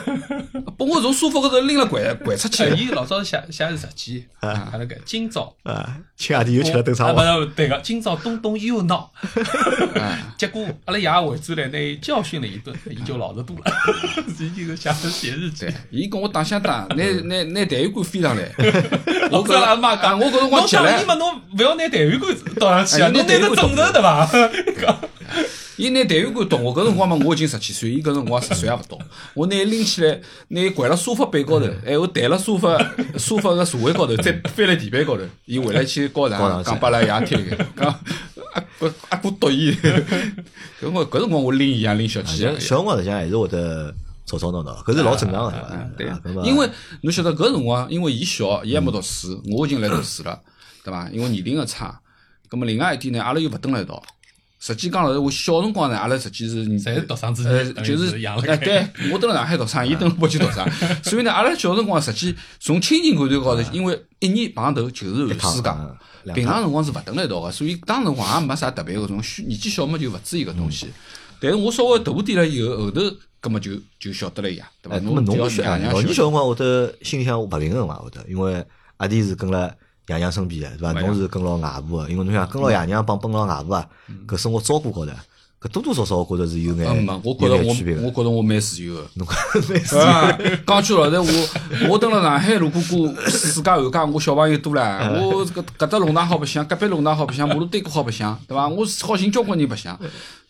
Speaker 2: 把我从沙发高头拎了掼掼出去
Speaker 3: (laughs) 哎，。伊老早写写是日记，
Speaker 2: 啊
Speaker 3: 看了个今朝。
Speaker 1: 啊，亲阿弟又吃了登山
Speaker 3: 啊
Speaker 1: 碗，
Speaker 3: 不是对个，今朝东东又
Speaker 2: (laughs)
Speaker 3: 闹，结果阿拉爷回转来呢，教训了一顿，伊就老实多了，
Speaker 2: (laughs)
Speaker 3: 已经是写写日记
Speaker 2: 对。，伊跟我打相打，拿拿拿痰盂罐飞上 (laughs) 来。
Speaker 3: 我
Speaker 2: 我
Speaker 3: 跟
Speaker 2: 跟
Speaker 3: 阿妈讲，
Speaker 2: 我搿辰光
Speaker 3: 侬
Speaker 2: 急
Speaker 3: 讲
Speaker 2: 了
Speaker 3: 伊，嘛，侬勿要拿痰
Speaker 2: (laughs)
Speaker 3: 盂罐倒上去啊，
Speaker 2: 哎
Speaker 3: 侬拿
Speaker 2: 侬
Speaker 3: 着
Speaker 2: 拿
Speaker 3: 正着对伐？
Speaker 2: (laughs) 伊拿痰盂罐动我。搿辰光嘛，我已经十几岁，伊搿辰光十岁也勿懂。我拿伊拎起来，拿伊掼了沙发背高头，哎，我弹了沙发沙发个座位高头，再翻了地板高头。伊回来去告
Speaker 1: 告状
Speaker 2: 状，
Speaker 1: 去
Speaker 2: 讲拨阿拉爷听个，讲啊阿哥阿哥督伊。 (laughs) 搿辰光搿辰光我拎伊也拎小啊
Speaker 1: 其
Speaker 2: 鸡
Speaker 1: 实
Speaker 2: 也。
Speaker 1: 小辰光实际上还是会得吵吵闹闹，搿是老正常
Speaker 2: 啊
Speaker 1: 个，
Speaker 2: 对
Speaker 1: 伐
Speaker 2: 啊
Speaker 1: 啊？搿么
Speaker 2: 因为侬晓得搿辰光，因为伊小，伊还没读书，我已经来读书了，对伐？因为年龄个差，葛么另外一点呢，阿拉又勿蹲辣一道。实际讲老实，我小辰光呢，阿拉实际是
Speaker 3: 侪是独生子女
Speaker 2: 呃，
Speaker 3: 等于
Speaker 2: 就是是
Speaker 3: 养了
Speaker 2: 哎，
Speaker 3: 开
Speaker 2: 对我蹲辣上海读生，伊蹲辣北京读
Speaker 3: (laughs)
Speaker 2: 生，所以呢，阿拉小辰光实际从亲情感头高头，因为一年碰头就是
Speaker 1: 啊一
Speaker 2: 寒
Speaker 1: 趟
Speaker 2: 暑假，
Speaker 1: 啊两
Speaker 2: 平
Speaker 1: 趟
Speaker 2: 常辰光是勿蹲辣一道个，所以当辰光也没啥特别搿种需，年纪小嘛就勿注意搿东西。
Speaker 1: 嗯
Speaker 2: 但是我稍微大点了以后，后头葛么就就晓得了呀，对伐？
Speaker 1: 哎，那么侬
Speaker 2: 侬要
Speaker 1: 不晓
Speaker 2: 爷
Speaker 1: 得，
Speaker 2: 娘
Speaker 1: 老
Speaker 2: 晓
Speaker 1: 年
Speaker 2: 得
Speaker 1: 小辰光会得心里向勿平衡嘛，会得，因为阿弟是跟了爷娘身边的，对伐？
Speaker 2: 没有
Speaker 1: 侬是跟牢外婆的，因为侬想跟牢爷娘帮跟牢外婆啊，搿生活照顾高头，搿多多少少我觉着是有眼
Speaker 2: 嗯，没，我觉着
Speaker 1: 有眼
Speaker 2: 我
Speaker 1: 区别的
Speaker 2: 我觉着我蛮自由的。
Speaker 1: 侬看类似
Speaker 2: 啊，讲句老实，我我蹲辣上海，如果过暑假寒假，我小朋友多
Speaker 1: 哎
Speaker 2: 唻，我搿搿搭弄堂好白相，隔壁弄堂好白相，马路对过好白相，对伐？我好寻交关人白相，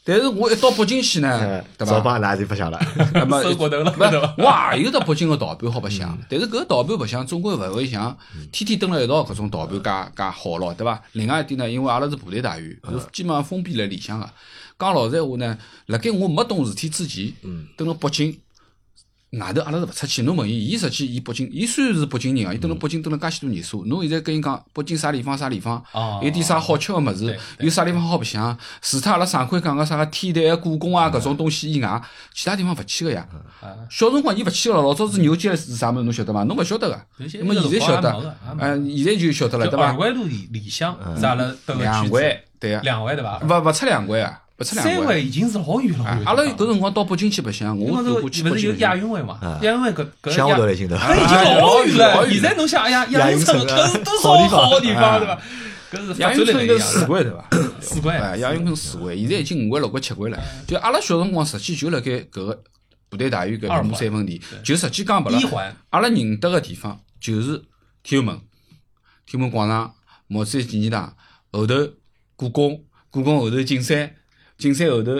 Speaker 2: 但是我一到北京去呢
Speaker 1: 哎，
Speaker 2: 对
Speaker 1: 早
Speaker 2: 伐？
Speaker 1: 帮阿弟白相了，
Speaker 2: 那么
Speaker 3: 收过头了
Speaker 2: 不
Speaker 3: 对伐
Speaker 2: 是，我也有得北京个逃班好白相，但是搿个逃班白相总归勿会像天天蹲辣一道搿种逃班介介好咯，对伐？另外一点呢，因为阿拉是部队大院，是基本上封闭辣里向个。啊讲老实闲话呢，辣盖我没懂事体之前，蹲辣北京。外头阿拉是勿出去，侬问伊，伊实际伊北京，伊虽然是北京人啊，伊蹲辣
Speaker 3: 嗯
Speaker 2: 北京蹲了介许多年数，侬现在跟伊讲北京啥地方啥地方
Speaker 3: 哦，
Speaker 2: 有点啥好吃个物
Speaker 3: 对
Speaker 2: 事，
Speaker 3: 对
Speaker 2: 有啥地方好白相，除脱阿拉上回讲个啥个天坛、故宫啊搿种东西以外，其他地方勿去个呀。
Speaker 3: 啊，
Speaker 2: 小辰光伊勿去了，老早子牛街是啥物事侬晓得伐？侬勿晓得个，
Speaker 3: 有些
Speaker 2: 那么
Speaker 3: 那个
Speaker 2: 现在晓
Speaker 3: 辰光
Speaker 2: 得
Speaker 3: 也，没
Speaker 2: 哎，现在就晓得了，
Speaker 3: 啊就
Speaker 2: 对
Speaker 3: 二
Speaker 2: 伐？
Speaker 3: 环路里里向是阿拉兜个
Speaker 2: 两
Speaker 3: 圈子，
Speaker 2: 环，对呀，
Speaker 3: 两环对伐？
Speaker 2: 勿勿出两环啊，不出两
Speaker 3: 三
Speaker 2: 回。
Speaker 3: 位已经是老远老
Speaker 2: 啊
Speaker 3: 远。
Speaker 2: 阿拉搿辰光到北京去白相，
Speaker 3: 因
Speaker 2: 我
Speaker 3: 为
Speaker 2: 走
Speaker 3: 这
Speaker 2: 过
Speaker 3: 个
Speaker 2: 去
Speaker 3: 你
Speaker 2: 北
Speaker 3: 们是有
Speaker 2: 京。
Speaker 3: 亚运会嘛？
Speaker 2: 啊
Speaker 3: 亚运会搿搿
Speaker 1: 乡下头
Speaker 3: 亚
Speaker 1: 来寻头，
Speaker 3: 搿已经老远了，现在侬想，哎呀，
Speaker 1: 亚
Speaker 3: 亚
Speaker 1: 运
Speaker 3: 运
Speaker 1: 村
Speaker 3: 村
Speaker 1: 啊
Speaker 3: 搿是多少好的地方，对伐？搿是
Speaker 2: 亚
Speaker 3: 发
Speaker 2: 运村
Speaker 3: 展来的
Speaker 2: 应
Speaker 3: 地
Speaker 2: 该
Speaker 3: 方
Speaker 2: 四
Speaker 3: 了
Speaker 2: 回对伐？
Speaker 3: 四关
Speaker 2: 哎，亚运村四回，现在已经五回六回七回了。
Speaker 3: 嗯
Speaker 2: 就阿拉小辰光，实际就辣盖搿个部队大院搿
Speaker 3: 二
Speaker 2: 个五
Speaker 3: 环
Speaker 2: 三分地，就实际讲白了
Speaker 3: 一，环，
Speaker 2: 阿拉认得个地方就是天安门、天安门广场、毛主席纪念堂后头故宫，故宫后头景山，景山后头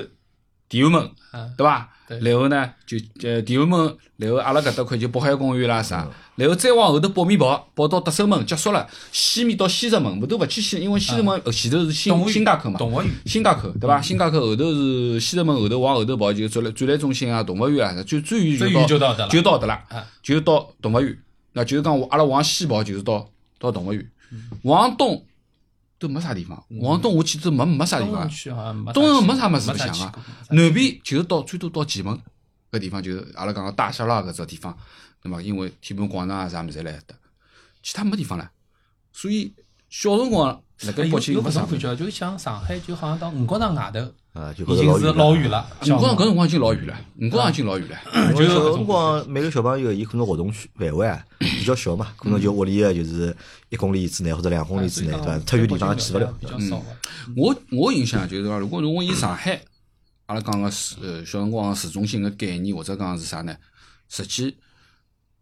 Speaker 2: 地安门，
Speaker 3: 啊，
Speaker 2: 对伐？
Speaker 3: 对
Speaker 2: 然后呢，就呃地安门，然后阿拉搿搭块就北海公园啦啥，然后再往后头北面跑，跑到德胜门结束了，西面到西直门，后头勿去西，因为西直
Speaker 3: 嗯
Speaker 2: 门后前头是
Speaker 3: 动
Speaker 2: 新
Speaker 3: 物
Speaker 2: 新街口嘛，
Speaker 3: 动物园，
Speaker 2: 新街口对伐？新街口后头是西直门后头往后头跑就转来转来中心啊，动物园啊，就最远
Speaker 3: 最
Speaker 2: 就到
Speaker 3: 远就到
Speaker 2: 就到得
Speaker 3: 得了。
Speaker 2: 了
Speaker 3: 啊，
Speaker 2: 就到动物园。那就是讲，阿拉往西跑就是到到动物园，
Speaker 3: 嗯
Speaker 2: 往东都没啥地方。往东我记得没没啥地
Speaker 3: 东
Speaker 2: 方
Speaker 3: 城，区好像没啥去，
Speaker 2: 东城没啥么子白
Speaker 3: 没啥
Speaker 2: 相
Speaker 3: 去
Speaker 2: 啊
Speaker 3: 过。
Speaker 2: 南边就是到最多到前门搿地方，就是阿拉讲个大沙拉搿只地方。那么因为天安门广场啊啥物事侪辣埃搭，其他没地方了。所以小辰光辣盖
Speaker 3: 哎
Speaker 2: 北
Speaker 3: 有
Speaker 2: 京
Speaker 3: 有
Speaker 2: 没
Speaker 3: 搿
Speaker 2: 啥
Speaker 3: 种
Speaker 2: 物事。
Speaker 3: 感觉，就像上海，就好像到五角场外头
Speaker 1: 啊，就
Speaker 3: 已
Speaker 1: 觉
Speaker 3: 经是
Speaker 1: 着
Speaker 3: 老
Speaker 1: 老
Speaker 3: 远
Speaker 1: 远
Speaker 3: 了。
Speaker 2: 五角场搿
Speaker 3: 搿
Speaker 2: 辰光已经老远了，五角
Speaker 3: 啊
Speaker 2: 场已经老远了。
Speaker 1: 了。因为
Speaker 3: 就是
Speaker 1: 小
Speaker 3: 搿
Speaker 1: 辰
Speaker 3: 种
Speaker 1: 光每个小朋友伊可能活动区范围啊比较小嘛，可能就屋里个就是一公里之内或者两公里之内，对伐？太远地方也去勿了。
Speaker 3: 嗯比较少了。
Speaker 2: 我我印象就是讲，如果如果以上海，阿拉讲个市呃小辰光市中心个概念，或者讲是啥呢？实际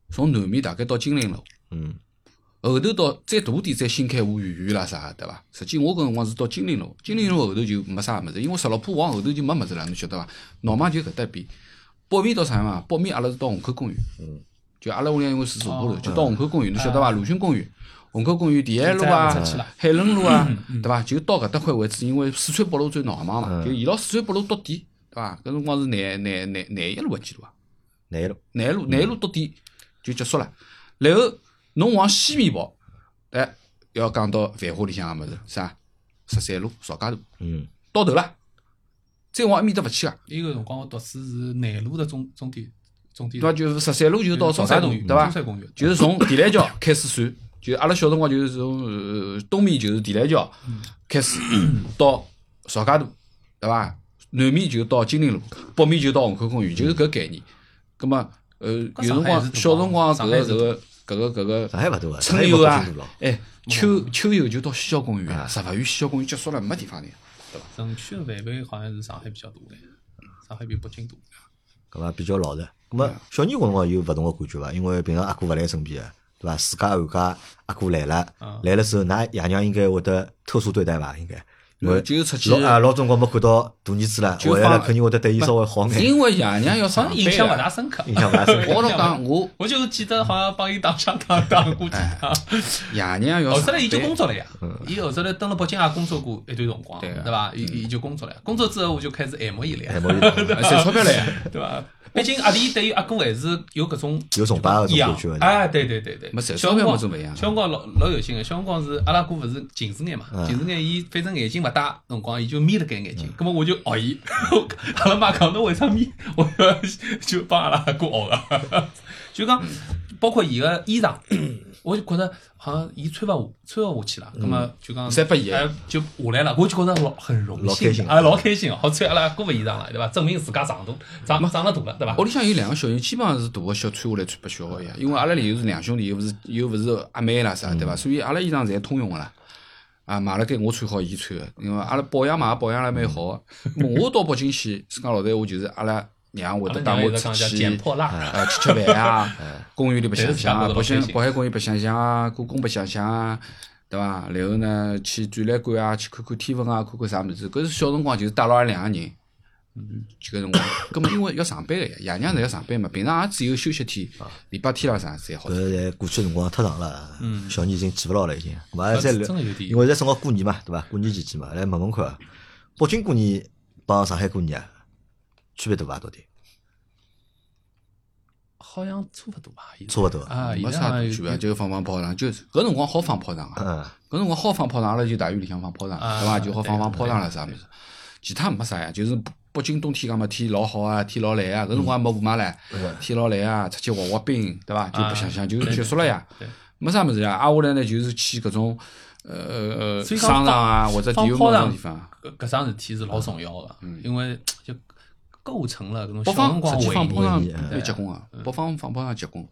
Speaker 2: 从南面大概到金陵路，
Speaker 1: 嗯，
Speaker 2: 后头到再大点再新开五圆园啦啥个，对伐？实际我搿辰光是到金陵路，金陵路后头就没啥物事，因为石老坡往后头就没物事了，侬晓得伐？闹嘛就搿搭边，北面到啥嘛？北面阿拉是到虹口公园，就阿拉屋里因为住茶坡头，就到虹口公园，侬晓得伐？鲁迅公园。虹口公园、第一路啊
Speaker 3: 再勿出去了、
Speaker 2: 海伦路啊，对伐？就到搿搭块为止，因为四川北路最闹忙嘛，就沿牢四川北路到底，对伐？搿辰光是南南南南一路还记得伐？
Speaker 1: 难了。
Speaker 2: 南路南路到底就结束了。然后侬往西面跑，哎，要讲到繁华里向个物事，啥十三路、邵家渡，
Speaker 1: 嗯，
Speaker 2: 到头了，再往埃面搭勿去了，
Speaker 3: 伊个辰光我读书是南路的中中点中点
Speaker 2: 对伐？，就是十三路嗯就到
Speaker 3: 中
Speaker 2: 中山
Speaker 3: 公
Speaker 2: 公
Speaker 3: 园
Speaker 2: 园，对伐
Speaker 3: 中？山公园
Speaker 2: 就是从地兰桥开始算，就阿拉小辰光就是从呃东面就是地兰桥开始到邵家渡，对伐？南面就到金陵路，北面就到虹口公园，就是搿概念。葛么呃，有辰
Speaker 3: 上海是
Speaker 2: 光
Speaker 3: 大
Speaker 2: 小辰光搿
Speaker 3: 上
Speaker 2: 个
Speaker 3: 海
Speaker 2: 搿
Speaker 3: 是
Speaker 2: 个搿个搿个
Speaker 1: 上海勿多啊，上海没
Speaker 2: 春游
Speaker 1: 北
Speaker 2: 啊
Speaker 1: 京大了。，哦
Speaker 2: 哎，秋秋游就到西郊公园啊，十八园西郊公园结束了，没地方了。
Speaker 3: 城区的范围好像是上海比较大嘞，上海比北京大。
Speaker 1: 搿么比较老实。搿么小人辰光有勿同个感觉伐？因为平常阿哥勿来身边个，对伐？自家寒假阿哥来了
Speaker 3: 啊，
Speaker 1: 来了之后，㑚爷娘应该会得特殊对待伐？应该，因为
Speaker 2: 就出去
Speaker 1: 老啊老辰光没看到大儿子了，
Speaker 2: 就
Speaker 1: 回来了
Speaker 2: 放
Speaker 1: 肯定会得对伊稍微好眼，
Speaker 2: 因为爷娘要上
Speaker 3: 反
Speaker 2: 班
Speaker 3: 正印象勿
Speaker 2: 了
Speaker 3: 大深刻。
Speaker 1: 啊印象勿大深刻。
Speaker 2: 我老讲我
Speaker 3: (laughs) 我就是记得好像帮伊打相打打过几趟，
Speaker 1: 哎
Speaker 3: (laughs)
Speaker 2: 爷娘要
Speaker 3: 后
Speaker 2: 上
Speaker 3: 头来伊就
Speaker 2: 班
Speaker 3: 工。作了呀，
Speaker 1: 嗯
Speaker 3: 伊后头来登了北京也工作过一段辰光，
Speaker 2: 对
Speaker 3: 对
Speaker 2: 啊
Speaker 3: 伐？伊伊就工作了呀，工作之后我就开始爱慕伊了呀
Speaker 1: 哎，，没
Speaker 3: (laughs)
Speaker 1: 有
Speaker 2: 啊赚钞票了呀！
Speaker 3: 对伐？毕竟阿弟对于阿哥还是有搿种
Speaker 1: 有崇拜搿
Speaker 3: 一
Speaker 1: 种
Speaker 3: 样
Speaker 1: 感觉的。
Speaker 3: 哎，对对对对，
Speaker 2: 没赚
Speaker 3: 小
Speaker 2: 钞票
Speaker 3: 辰
Speaker 2: 没种
Speaker 3: 光
Speaker 2: 勿一样
Speaker 3: 小辰光老老有心个，小辰光是阿拉哥勿是近视眼嘛，近视眼伊反正眼睛勿戴，辰光伊就眯了盖眼睛，葛末我就学伊， (laughs) 阿拉妈讲侬为啥眯？我就帮阿拉哥学个， (laughs) 就讲包括伊个衣裳， (coughs) 我就觉着好像伊穿勿下穿勿下去了，葛末就讲
Speaker 2: 侪拨伊
Speaker 3: 哎就下来了，我就觉着老很荣
Speaker 1: 老开
Speaker 3: 幸
Speaker 1: 心，
Speaker 3: 啊老开心，好穿阿拉哥个衣裳了，对伐？证明自家长大，长长了大了，对伐
Speaker 2: 屋？里向有两个小人，基本上是大个小穿下来穿拨小个呀。因为阿拉里又是两兄弟，又勿是又勿是阿妹啦啥，对伐？
Speaker 3: 嗯
Speaker 2: 所以阿拉衣裳侪通用个啦。啊，买了该我穿好，伊穿个，因为阿拉保养嘛，保养了蛮
Speaker 3: (laughs)
Speaker 2: 好个。我到北京去，自家老实闲话就是阿拉娘会
Speaker 3: 阿
Speaker 2: 得
Speaker 3: 拉
Speaker 2: 带
Speaker 3: 娘
Speaker 2: 我
Speaker 3: 有个
Speaker 2: 出
Speaker 3: 讲叫
Speaker 2: 去，
Speaker 3: 捡破烂。
Speaker 2: 啊，吃吃饭
Speaker 3: (laughs)
Speaker 2: 啊，公园里白相相啊，
Speaker 3: 哎但是
Speaker 2: 北
Speaker 3: 下
Speaker 2: 京
Speaker 3: 坡的老开心
Speaker 2: 北海公园白相相啊，故宫白相相啊，对伐？然后呢，去展览馆啊，去看看天文啊，看看啥物事。搿是小辰光就是带牢阿拉两个人，嗯就搿辰光。葛末因为要上班个呀，爷娘侪要上班嘛，平常也只有休息天，
Speaker 3: 啊
Speaker 2: 礼拜天啦啥侪好
Speaker 1: (laughs) 搿。侪过去辰光太长了，小人已经记勿牢了，已经。咾么再
Speaker 3: 啊真的有点
Speaker 1: 因为现在正好过年嘛，对伐？过年期间嘛，来问问看，北京过年帮上海过年啊，区别大伐？到底
Speaker 3: 好像差不多吧，现在
Speaker 1: 差勿多
Speaker 3: 啊，
Speaker 2: 没
Speaker 3: 现在
Speaker 2: 啥
Speaker 3: 好
Speaker 2: 大
Speaker 3: 像有
Speaker 2: 区别，就放放炮仗，就是搿辰光好放炮仗啊，
Speaker 1: 嗯，
Speaker 2: 搿辰光好放炮仗，阿拉就大院里向放炮仗，
Speaker 3: 啊
Speaker 2: 对伐？就好放
Speaker 3: 对
Speaker 2: 放炮仗啦啥物事，其他没啥呀，就是北北京冬天讲嘛，天老好啊，天老蓝
Speaker 3: 嗯
Speaker 2: 啊，搿辰光也没雾霾唻，天老蓝啊，出去滑滑冰，对伐？就白相相就结束了呀
Speaker 3: 啊
Speaker 2: 啊
Speaker 3: 对，
Speaker 2: 没啥物事呀。挨下来呢，就是去搿种呃呃
Speaker 3: 所以讲
Speaker 2: 商场啊
Speaker 3: 放
Speaker 2: 或者
Speaker 3: 放
Speaker 2: 店有
Speaker 3: 炮
Speaker 2: 某种
Speaker 3: 仗
Speaker 2: 地方，
Speaker 3: 搿搿桩事体是老重要个，
Speaker 1: 嗯
Speaker 3: 因为就构成了搿种
Speaker 2: 北
Speaker 3: 小
Speaker 2: 方
Speaker 3: 辰
Speaker 2: 实
Speaker 3: 光
Speaker 2: 际
Speaker 3: 回
Speaker 2: 放
Speaker 3: 忆
Speaker 2: 炮。仗
Speaker 1: 回忆嗯
Speaker 2: 要结棍啊，北方放炮仗结棍。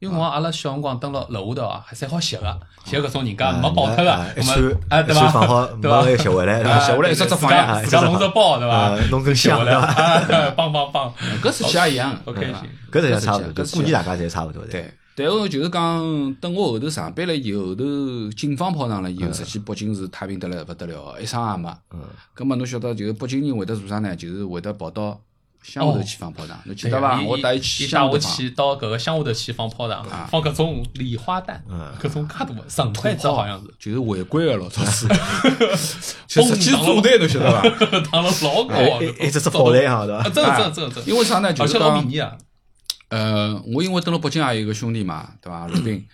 Speaker 3: 因为我阿拉小辰光蹲辣楼下头啊，还侪好寻个，寻搿种人家
Speaker 1: 啊
Speaker 3: 没爆脱个
Speaker 1: 啊，一
Speaker 3: 我
Speaker 1: 串
Speaker 3: 们啊对
Speaker 1: 一串
Speaker 3: 伐？
Speaker 1: 放好
Speaker 3: (laughs) 对伐
Speaker 1: 没有？学回来
Speaker 3: 啊
Speaker 2: 写下来一只只
Speaker 3: 对自
Speaker 2: 放
Speaker 3: 家
Speaker 2: 呀
Speaker 3: 自家弄只包对伐
Speaker 1: 啊？哎弄根
Speaker 3: 写
Speaker 1: 香
Speaker 3: 下来
Speaker 1: 对
Speaker 3: (laughs) 啊棒棒棒
Speaker 2: 搿实际也一样。
Speaker 3: ，OK
Speaker 2: 对伐
Speaker 3: 行。
Speaker 1: 搿实际上差不
Speaker 2: 搿
Speaker 1: 多，
Speaker 2: 是
Speaker 1: 就估计大家侪差不多的。
Speaker 2: 对，但后就是讲，等我后头上班了以后，后头警方跑上了
Speaker 3: 嗯
Speaker 2: 以后，实际北京是太平得来勿得了，哦一伤也没。
Speaker 1: 嗯。
Speaker 2: 葛末侬晓得，就是北京人会得做啥呢？就是会得跑到乡下头
Speaker 3: 哦哎
Speaker 2: 去放炮仗，侬记
Speaker 3: 对
Speaker 2: 得伐？
Speaker 3: 伊
Speaker 2: 我带伊
Speaker 3: 伊
Speaker 2: 去
Speaker 3: 带
Speaker 2: 乡
Speaker 3: 我
Speaker 2: 下头放。
Speaker 3: 去到搿个乡下头去放炮仗，放搿种礼花弹
Speaker 1: 啊嗯，
Speaker 3: 搿种介大的，上块只好像是，
Speaker 2: 就是违规个老早是，
Speaker 3: (laughs)
Speaker 2: 就实际做对，侬晓得伐？
Speaker 3: (laughs) 打了老高
Speaker 1: 哎
Speaker 3: 啊，
Speaker 1: 哎哎，这只炮弹哈，对
Speaker 3: 啊，
Speaker 1: 伐？
Speaker 3: 真的真的真的真的，
Speaker 2: 因为啥呢？就
Speaker 3: 而
Speaker 2: 是
Speaker 3: 且老便
Speaker 2: 讲，
Speaker 3: 宜啊，
Speaker 2: 呃，我因为登了北京也有一个兄弟嘛，对伐？罗宾，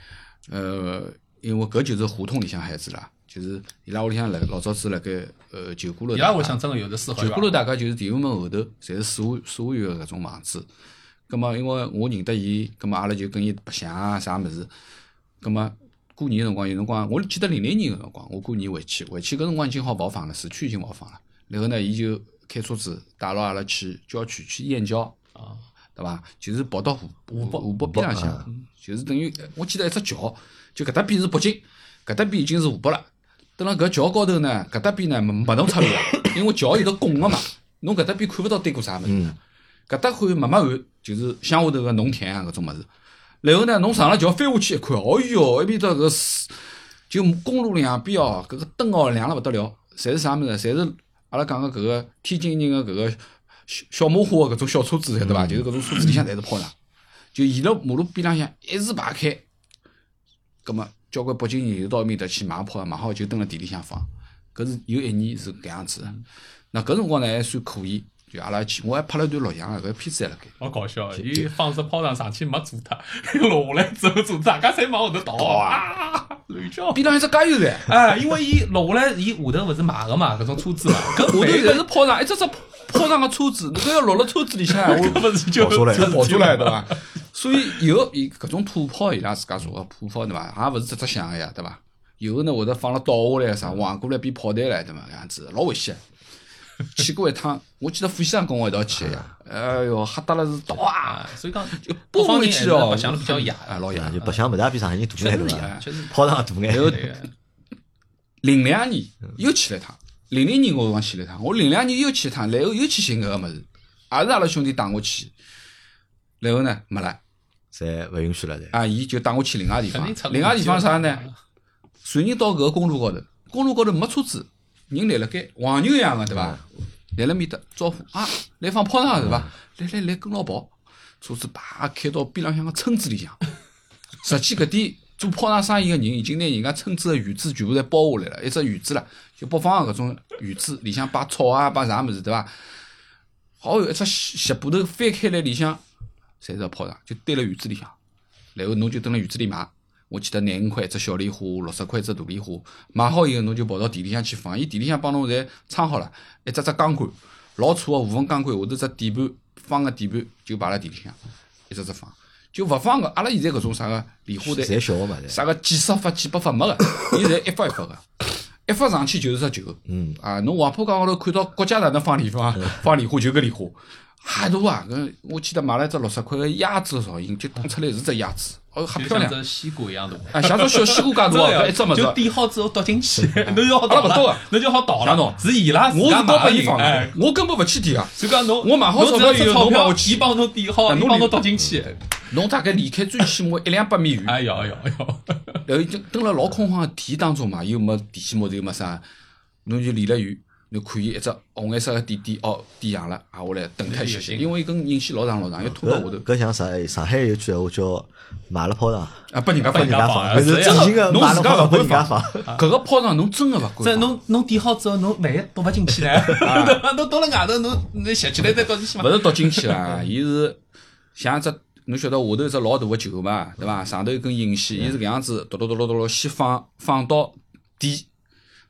Speaker 2: 呃，因为搿就是胡同里向孩子啦，就是伊拉屋里向来老早子辣盖呃九鼓楼
Speaker 3: 伊
Speaker 2: 大
Speaker 3: 拉
Speaker 2: 厦，
Speaker 3: 屋里向真的有的四合
Speaker 2: 九
Speaker 3: 院啊
Speaker 2: 鼓楼大概就是地安门后头，侪是四合四合院个搿种房子。葛末因为我认得伊，葛末阿拉就跟伊白相啊啥物事。葛末过年个辰光，有辰光我记得零零年个辰光，我过年回去，回去搿辰光已经好勿好放了，市区已经勿好放了。然后呢，伊就开车子带牢阿拉去郊区去燕郊，
Speaker 3: 啊，
Speaker 2: 对伐？就是跑到湖湖北湖嗯北边浪向，就是等于我记得一只桥，就搿搭边是北京，搿搭边已经是湖北了。等辣搿桥高头呢，搿搭边呢没没弄出路，因为桥有得拱个嘛，侬搿搭边看勿到对过啥物事。搿搭看慢慢看，就是乡下头个农田啊搿种物事。然后呢，侬上了桥翻下去一看，哦哟，一边搭搿水就公路两边哦，搿个灯哦亮了勿得了，侪是啥物事？侪是阿拉讲个搿个天津人个搿个小小马花个搿种小车子，对伐？就是搿种车子里向侪是炮仗，就沿了马路边浪向一字排开。葛末交关北京人就到埃面搭去买炮仗，买好就蹲辣地里向放。搿是有一年是搿样子的。那搿辰光呢还算可以，就阿拉去，我还拍了段录像啊，搿片子还辣盖。
Speaker 3: 老搞笑，伊放只炮仗上去没做 (laughs) 它，落下来之后做，大家侪往后头
Speaker 2: (laughs)
Speaker 3: 倒啊，乱叫。
Speaker 2: 边浪向只加油站，
Speaker 3: (laughs) 哎，因为伊落下来，伊下头勿是买个嘛，搿种车子
Speaker 2: (laughs)
Speaker 3: 嘛，搿
Speaker 2: 下头侪是炮仗，一只只炮仗个车子，侬搿要落了车子里向，啊 (laughs) 我
Speaker 3: (laughs) 搿勿是就
Speaker 1: 跑出来
Speaker 2: 就跑出来对伐？ (laughs) 所以有伊搿种土炮，伊拉自家做个土炮对伐？也勿是只只响个呀，对伐？有的呢会得放了倒下来啥，横过来变炮弹来对伐？搿样子老危险。去过一趟， (laughs) 我记得付先生跟我一道去个呀，哎哟，吓得了是倒啊！
Speaker 3: (laughs) 啊，所以讲
Speaker 2: 就
Speaker 3: 北
Speaker 2: 拨
Speaker 3: 方
Speaker 2: 回
Speaker 3: 人
Speaker 2: 去哦，
Speaker 3: 还是白相得比较野，
Speaker 2: (laughs) 啊，老野
Speaker 1: 啊。就白相没大比上海人大眼对
Speaker 2: 确实是
Speaker 1: 伐
Speaker 2: 啊？
Speaker 3: 确实
Speaker 1: 炮仗大眼
Speaker 2: 然，后
Speaker 3: 对啊个。
Speaker 2: 零两年又去了一趟，零零年我辰光去了一趟，我零两年又去一趟，然后又去寻搿个物事，也是阿拉兄弟带我去，然后呢没了，
Speaker 1: 侪勿允许了，侪。
Speaker 2: 啊，伊就带我去另外地
Speaker 3: 肯
Speaker 2: 方
Speaker 3: 定出，
Speaker 2: 另外地方啥呢
Speaker 3: 轨迹？
Speaker 2: 随人到搿个公路高头，公路高头没车子，人立辣盖黄牛一样个对伐？立辣面搭招呼啊，来放炮仗是伐？来来来，跟牢跑，车子叭开到边浪向个村子里向。实际搿点做炮仗生意个人已经拿人家村子个院子全部侪包下来了，一只院子啦，就北方个搿种院子里向摆草啊，摆啥物事对伐？好有一只斜斜坡头翻开来里向，侪是炮仗，就堆辣院子里向。然后侬就蹲辣院子里买。我记得廿五块一只小莲花，六十块一只大莲花。买好以后，侬就跑到地里向去放。伊地里向帮侬侪撑好了，一只只钢管，老粗个无缝钢管，下头只底盘方个底盘就摆辣地里向，一只只放。就勿放个，阿拉现在搿种啥个莲花
Speaker 1: 侪
Speaker 2: 台，
Speaker 1: 小个嘛，侪。
Speaker 2: 啥个几十发、几百发没个，伊侪一发一发个，一发上去就是只球。
Speaker 1: 嗯，
Speaker 2: 啊，侬黄浦江高头看到国家哪能放礼花，放礼花就搿礼花，哈大啊！搿我记得买了一只六十块个鸭子造型，就打出来是只鸭子，哦，哈
Speaker 3: 就
Speaker 2: 漂
Speaker 3: 像
Speaker 2: 亮。
Speaker 3: 只西瓜一样大。啊
Speaker 2: 啊，像只小西瓜
Speaker 3: (laughs)
Speaker 2: 介大哦，搿一只物
Speaker 3: 就
Speaker 2: 事。
Speaker 3: 点好之后倒进去， (laughs) 侬就好
Speaker 2: 阿拉
Speaker 3: 倒
Speaker 2: 勿
Speaker 3: 了
Speaker 2: 倒啊
Speaker 3: 侬就好倒
Speaker 2: 哪弄
Speaker 3: 了。是伊拉自
Speaker 2: 我
Speaker 3: 家
Speaker 2: 是包拨
Speaker 3: 买
Speaker 2: 伊放
Speaker 3: 哎
Speaker 2: 的，，我根本勿去提啊。
Speaker 3: 所以讲侬
Speaker 2: 我买好钞
Speaker 3: 侬
Speaker 2: 票
Speaker 3: 只要
Speaker 2: 以后
Speaker 3: 钞
Speaker 2: 侬帮
Speaker 3: 票
Speaker 2: 我
Speaker 3: 伊帮侬点好，
Speaker 2: 啊
Speaker 3: 伊
Speaker 2: 侬
Speaker 3: 帮
Speaker 2: 理
Speaker 3: 侬倒进去。
Speaker 2: 侬大概离开最起码一两百米远，
Speaker 3: 哎呦哎呦哎呦！
Speaker 2: 然后呃就蹲辣老空旷个田当中嘛，又没电线木头，又没啥，侬就离了远，侬看伊一只红颜色个点点，哦，点上了，挨下来蹬开歇歇，因为伊根引线老长老长，要拖到下头
Speaker 1: 搿，搿像啥？上海有句闲话叫“买了炮仗
Speaker 2: 啊，拨人家
Speaker 1: 拨
Speaker 2: 放
Speaker 1: 人家放”，
Speaker 3: 哎
Speaker 1: 搿是
Speaker 3: 这
Speaker 1: 正
Speaker 3: 样
Speaker 1: 经个
Speaker 2: 侬
Speaker 1: 买
Speaker 2: 自
Speaker 1: 了
Speaker 2: 家
Speaker 1: 炮仗拨
Speaker 2: 勿会
Speaker 1: 人家
Speaker 2: 放啊
Speaker 1: 放。
Speaker 2: 搿个炮仗侬真个勿
Speaker 3: 这
Speaker 2: 敢放。
Speaker 3: 侬侬点好之后，侬万一倒勿进去呢？侬倒辣外头，侬侬拾起来再倒进去嘛
Speaker 2: 勿。是倒进去啦， (laughs) 伊是像一只侬晓得下头一只老大个球嘛，对伐？上头一根引线，伊是搿样子，哆哆哆哆哆哆，先放放到底，